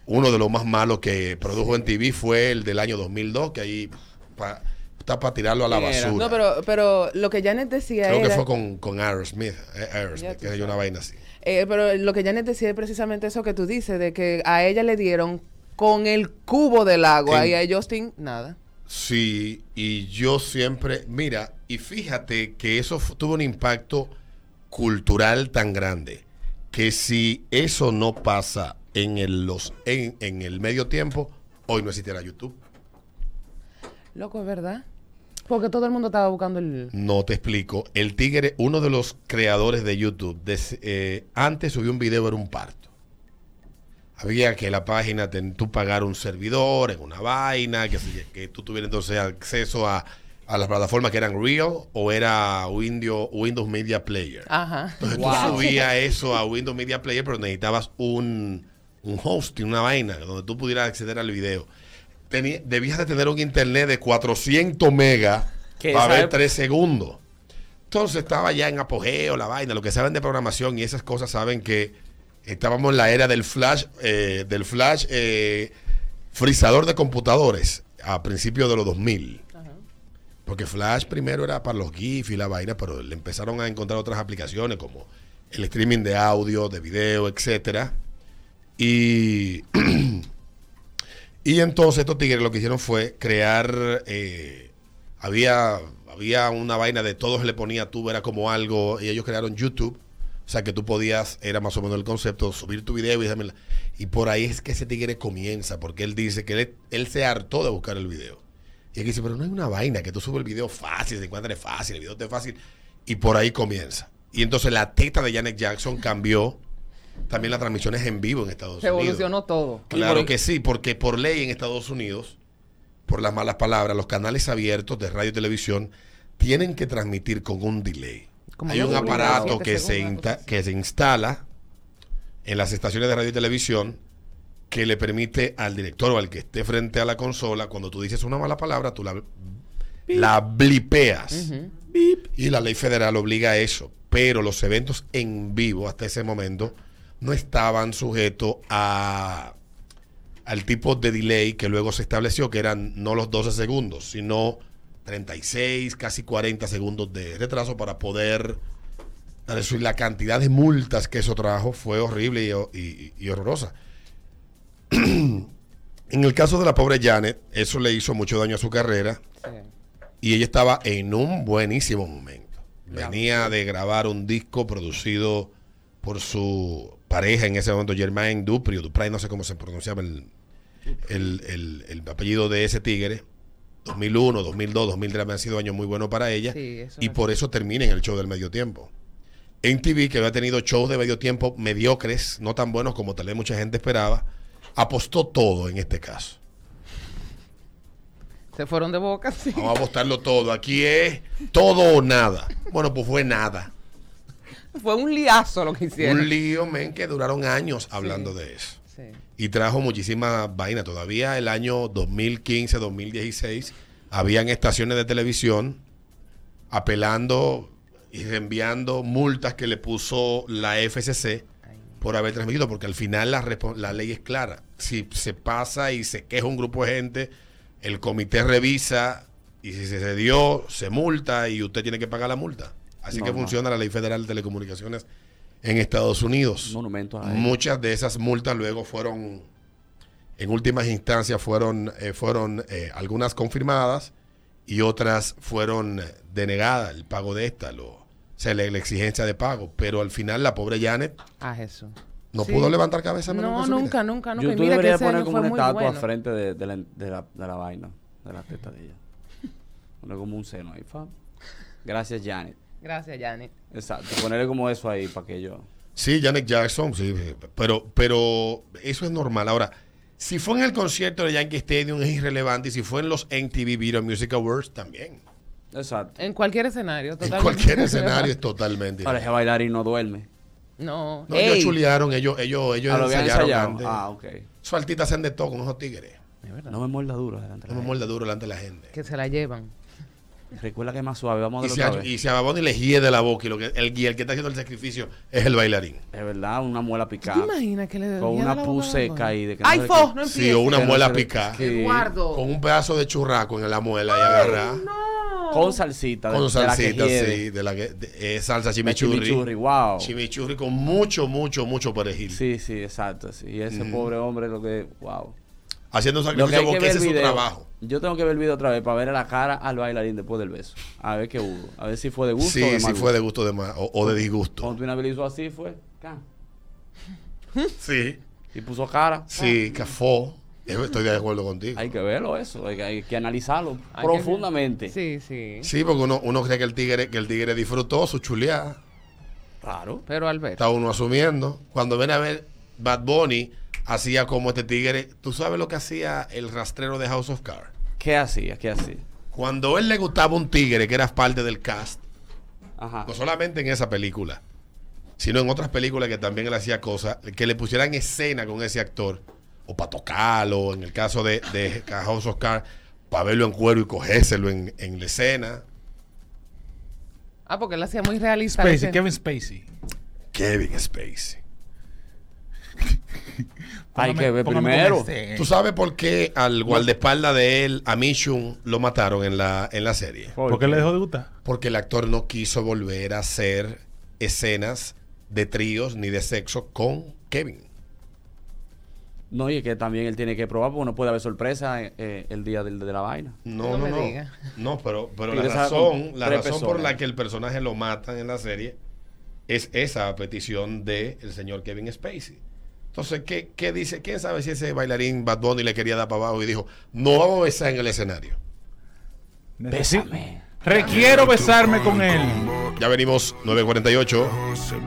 S1: Uno de los más malos que produjo en TV fue el del año 2002, que ahí pa- está para tirarlo a la
S2: Era.
S1: basura.
S3: No, pero, pero lo que Janet decía
S1: Creo que
S3: era-
S1: fue con, con Aerosmith, eh, Aerosmith, que hay una vaina así.
S3: Eh, pero lo que Janet decía es precisamente eso que tú dices, de que a ella le dieron con el cubo del agua
S1: En-
S3: y a Justin nada.
S1: Sí, y yo siempre, mira, y fíjate que eso fu- tuvo un impacto cultural tan grande que si eso no pasa en el, los, en, en el medio tiempo, hoy no existiera YouTube.
S3: Loco, es verdad. Porque todo el mundo estaba buscando el...
S1: No te explico. El tigre, uno de los creadores de YouTube, des- eh, antes subió un video, era un parto. Había que la página, ten- tú pagar un servidor en una vaina, que, se- que tú tuvieras entonces acceso a, a las plataformas que eran Real o era Windows, Windows Media Player.
S3: Ajá.
S1: Entonces tú subías eso a Windows Media Player, pero necesitabas un, un hosting, una vaina, donde tú pudieras acceder al video. Tenía- debías de tener un internet de 400 megas
S2: Que
S1: para
S2: esa
S1: ver
S2: ep-
S1: 3 segundos. Entonces estaba ya en apogeo la vaina, lo que saben de programación y esas cosas saben que estábamos en la era del flash, eh, del flash eh, frizador de computadores a principios de los 2000. Porque Flash primero era para los GIF y la vaina, pero le empezaron a encontrar otras aplicaciones como el streaming de audio, de video, etcétera. Y, y entonces estos tigres lo que hicieron fue crear. eh, había, había una vaina de todos le ponía tú, era como algo. Y ellos crearon YouTube. O sea que tú podías, era más o menos el concepto, subir tu video y dármela. Y por ahí es que ese tigre comienza, porque él dice que él, él se hartó de buscar el video. Y él dice, pero no hay una vaina, que tú subes el video fácil, te encuentres fácil, el video te es fácil. Y por ahí comienza. Y entonces la teta de Janet Jackson cambió también las transmisiones en vivo en Estados Unidos.
S20: Revolucionó todo.
S1: Claro que sí, porque por ley en Estados Unidos, por las malas palabras, los canales abiertos de radio y televisión tienen que transmitir con un delay.
S20: Como
S1: Hay
S20: dos
S1: un
S20: segundos,
S1: aparato
S20: siete
S1: que se,
S20: segundos,
S1: insta- que se instala en las estaciones de radio y televisión que le permite al director o al que esté frente a la consola, cuando tú dices una mala palabra, tú la, la blipeas. Y la ley federal obliga a eso. Pero los eventos en vivo hasta ese momento no estaban sujetos a al tipo de delay que luego se estableció, que eran no los 12 segundos, sino 36, casi 40 segundos de retraso para poder dar eso. Y la cantidad de multas que eso trajo fue horrible y, y- y horrorosa. en el caso de la pobre Janet, eso le hizo mucho daño a su carrera y ella estaba en un buenísimo momento. Venía de grabar un disco producido por su pareja en ese momento, Germain Dupri, o Dupri, no sé cómo se pronunciaba el, el- el- el apellido de ese tigre. 2001, 2002, 2003 han sido años muy buenos para ella.
S20: Sí, eso
S1: y
S20: es
S1: por eso termina en el show del medio tiempo. En TV, que había tenido shows de medio tiempo mediocres, no tan buenos como tal vez mucha gente esperaba, apostó todo en este caso.
S3: Se fueron de boca, sí.
S1: Vamos a apostarlo todo. Aquí es todo o nada. Bueno, pues fue nada.
S3: Fue un liazo lo que hicieron.
S1: Un lío, men, que duraron años hablando de eso.
S3: Sí.
S1: Y trajo muchísimas vainas. Todavía el año 2015, 2016, habían estaciones de televisión apelando y reenviando multas que le puso la FCC por haber transmitido, porque al final la, respo- la ley es clara. Si se pasa y se queja un grupo de gente, el comité revisa y si se cedió, se multa y usted tiene que pagar la multa. Así
S2: No,
S1: que
S2: no.
S1: funciona la Ley Federal de Telecomunicaciones en Estados Unidos.
S2: a ella.
S1: Muchas de esas multas luego fueron, en últimas instancias, fueron, eh, fueron eh, algunas confirmadas y otras fueron eh, denegadas, el pago de esta, lo, o sea, la, la exigencia de pago. Pero al final la pobre Janet
S3: Ah, Jesús.
S1: no
S3: Sí.
S1: pudo levantar cabeza. menos
S3: No,
S1: con su vida.
S3: nunca, nunca, nunca. Y
S2: YouTube
S3: pues mira que
S2: debería
S3: ese
S2: poner
S3: año
S2: como
S3: fue
S2: una
S3: muy
S2: estatua
S3: bueno.
S2: frente de, de la, de la- de la vaina, de la teta de ella. Poner como un seno ahí, fa. Gracias, Janet.
S3: Gracias, Janet.
S2: Exacto, ponerle como eso ahí para que yo.
S1: Sí, Janet Jackson, sí, sí, pero, pero eso es normal. Ahora, si fue en el concierto de Yankee Stadium es irrelevante y si fue en los MTV Video Music Awards también.
S2: Exacto.
S3: En cualquier escenario, totalmente.
S1: En cualquier escenario es totalmente.
S2: Ahora ese bailar y no duerme.
S3: No.
S1: No,
S3: Ey.
S1: ellos chulearon, ellos, ellos, ellos
S2: Ah, lo habían
S1: ensayaron
S2: ensayado.
S1: antes.
S2: Ah, ok.
S1: Esos artistas hacen de todo con esos tigres.
S2: No me muerda duro delante.
S1: No me muerda duro delante de la gente.
S3: Que se la llevan.
S2: Recuerda que es más suave, vamos
S1: Y
S2: a
S1: si,
S2: darle otra
S1: a,
S2: vez.
S1: y si a Baboni le gie de la boca y, lo que, el, y el que está haciendo el sacrificio es el bailarín.
S2: Es verdad, una muela
S3: ¿Te
S2: picada.
S3: imaginas que le
S2: Con
S3: diera
S2: una
S3: la boca
S2: pus
S3: a Bad
S2: seca
S3: Bunny?
S2: ahí de que
S3: ¡Ay,
S2: no se le
S3: fo!
S2: quite.
S3: No
S1: Sí, o una
S2: Que no
S1: muela
S2: se le-
S1: picada.
S2: Sí.
S3: Eduardo.
S1: Con un pedazo de churraco en la muela y agarrar.
S2: Con salsita. de-
S1: Con
S2: de la que
S1: salsita,
S2: hiede.
S1: sí, de la que- de- eh, salsa chimichurri.
S2: chimichurri, wow.
S1: Chimichurri con mucho, mucho, mucho perejil.
S2: Sí, sí, exacto. sí. Y ese
S1: Mm.
S2: pobre hombre, lo que. ¡Wow!
S1: Haciendo
S2: Lo que
S1: sacrificio
S2: hay que
S1: porque
S2: ver
S1: ese
S2: el
S1: es su
S2: video.
S1: trabajo.
S2: Yo tengo que ver el video otra vez para ver la cara al bailarín después del beso. A ver qué hubo. A ver si fue de gusto
S1: sí,
S2: o de
S1: sí,
S2: mal
S1: fue de gusto de ma- o, o de disgusto.
S2: Cuando Twin Abel hizo así fue. can.
S1: Sí.
S2: Y puso cara.
S1: Sí, cafó. Yo Estoy de acuerdo contigo.
S2: Hay que verlo eso. Hay que, hay que analizarlo
S1: Hay que-
S2: profundamente.
S3: Sí, sí.
S1: Sí, porque uno, uno cree que el tigre que el tigre disfrutó su chuleada.
S2: Claro.
S3: Pero Alberto.
S1: Está uno asumiendo. Cuando ven a ver Bad Bunny, hacía como este tigre. ¿Tú sabes lo que hacía el rastrero de House of Cards?
S2: ¿Qué hacía? ¿Qué hacía?
S1: Cuando él le gustaba un tigre que era parte del cast,
S2: Ajá.
S1: no solamente en esa película, sino en otras películas que también él hacía cosas, que le pusieran escena con ese actor, o para tocarlo, en el caso de, de House of Cards, para verlo en cuero y cogérselo en, en la escena.
S3: Ah, porque él hacía muy realista.
S20: Spacey,
S3: ese-
S20: Kevin Spacey.
S1: Kevin Spacey.
S2: Hay que ver
S1: Póngame
S2: primero.
S1: con este. ¿Tú sabes por qué al guardaespaldas de él, a Mishun, lo mataron en la, en la serie?
S20: ¿Por qué le dejó de gustar?
S1: Porque el actor no quiso volver a hacer escenas de tríos ni de sexo con Kevin.
S2: No, y es que también él tiene que probar porque no puede haber sorpresa eh, eh, el día del- de la vaina.
S1: No, no, no. No, pero, pero la
S2: Tiene que estar
S1: razón,
S2: con
S1: la
S2: tres
S1: razón por
S2: personas.
S1: la que el personaje lo matan en la serie es esa petición del el señor Kevin Spacey. Entonces, ¿qué, ¿qué dice? ¿Quién sabe si ese bailarín Bad Bunny le quería dar para abajo y dijo, no vamos a besar en el escenario?
S20: Requiero besarme con él.
S1: Ya venimos 948.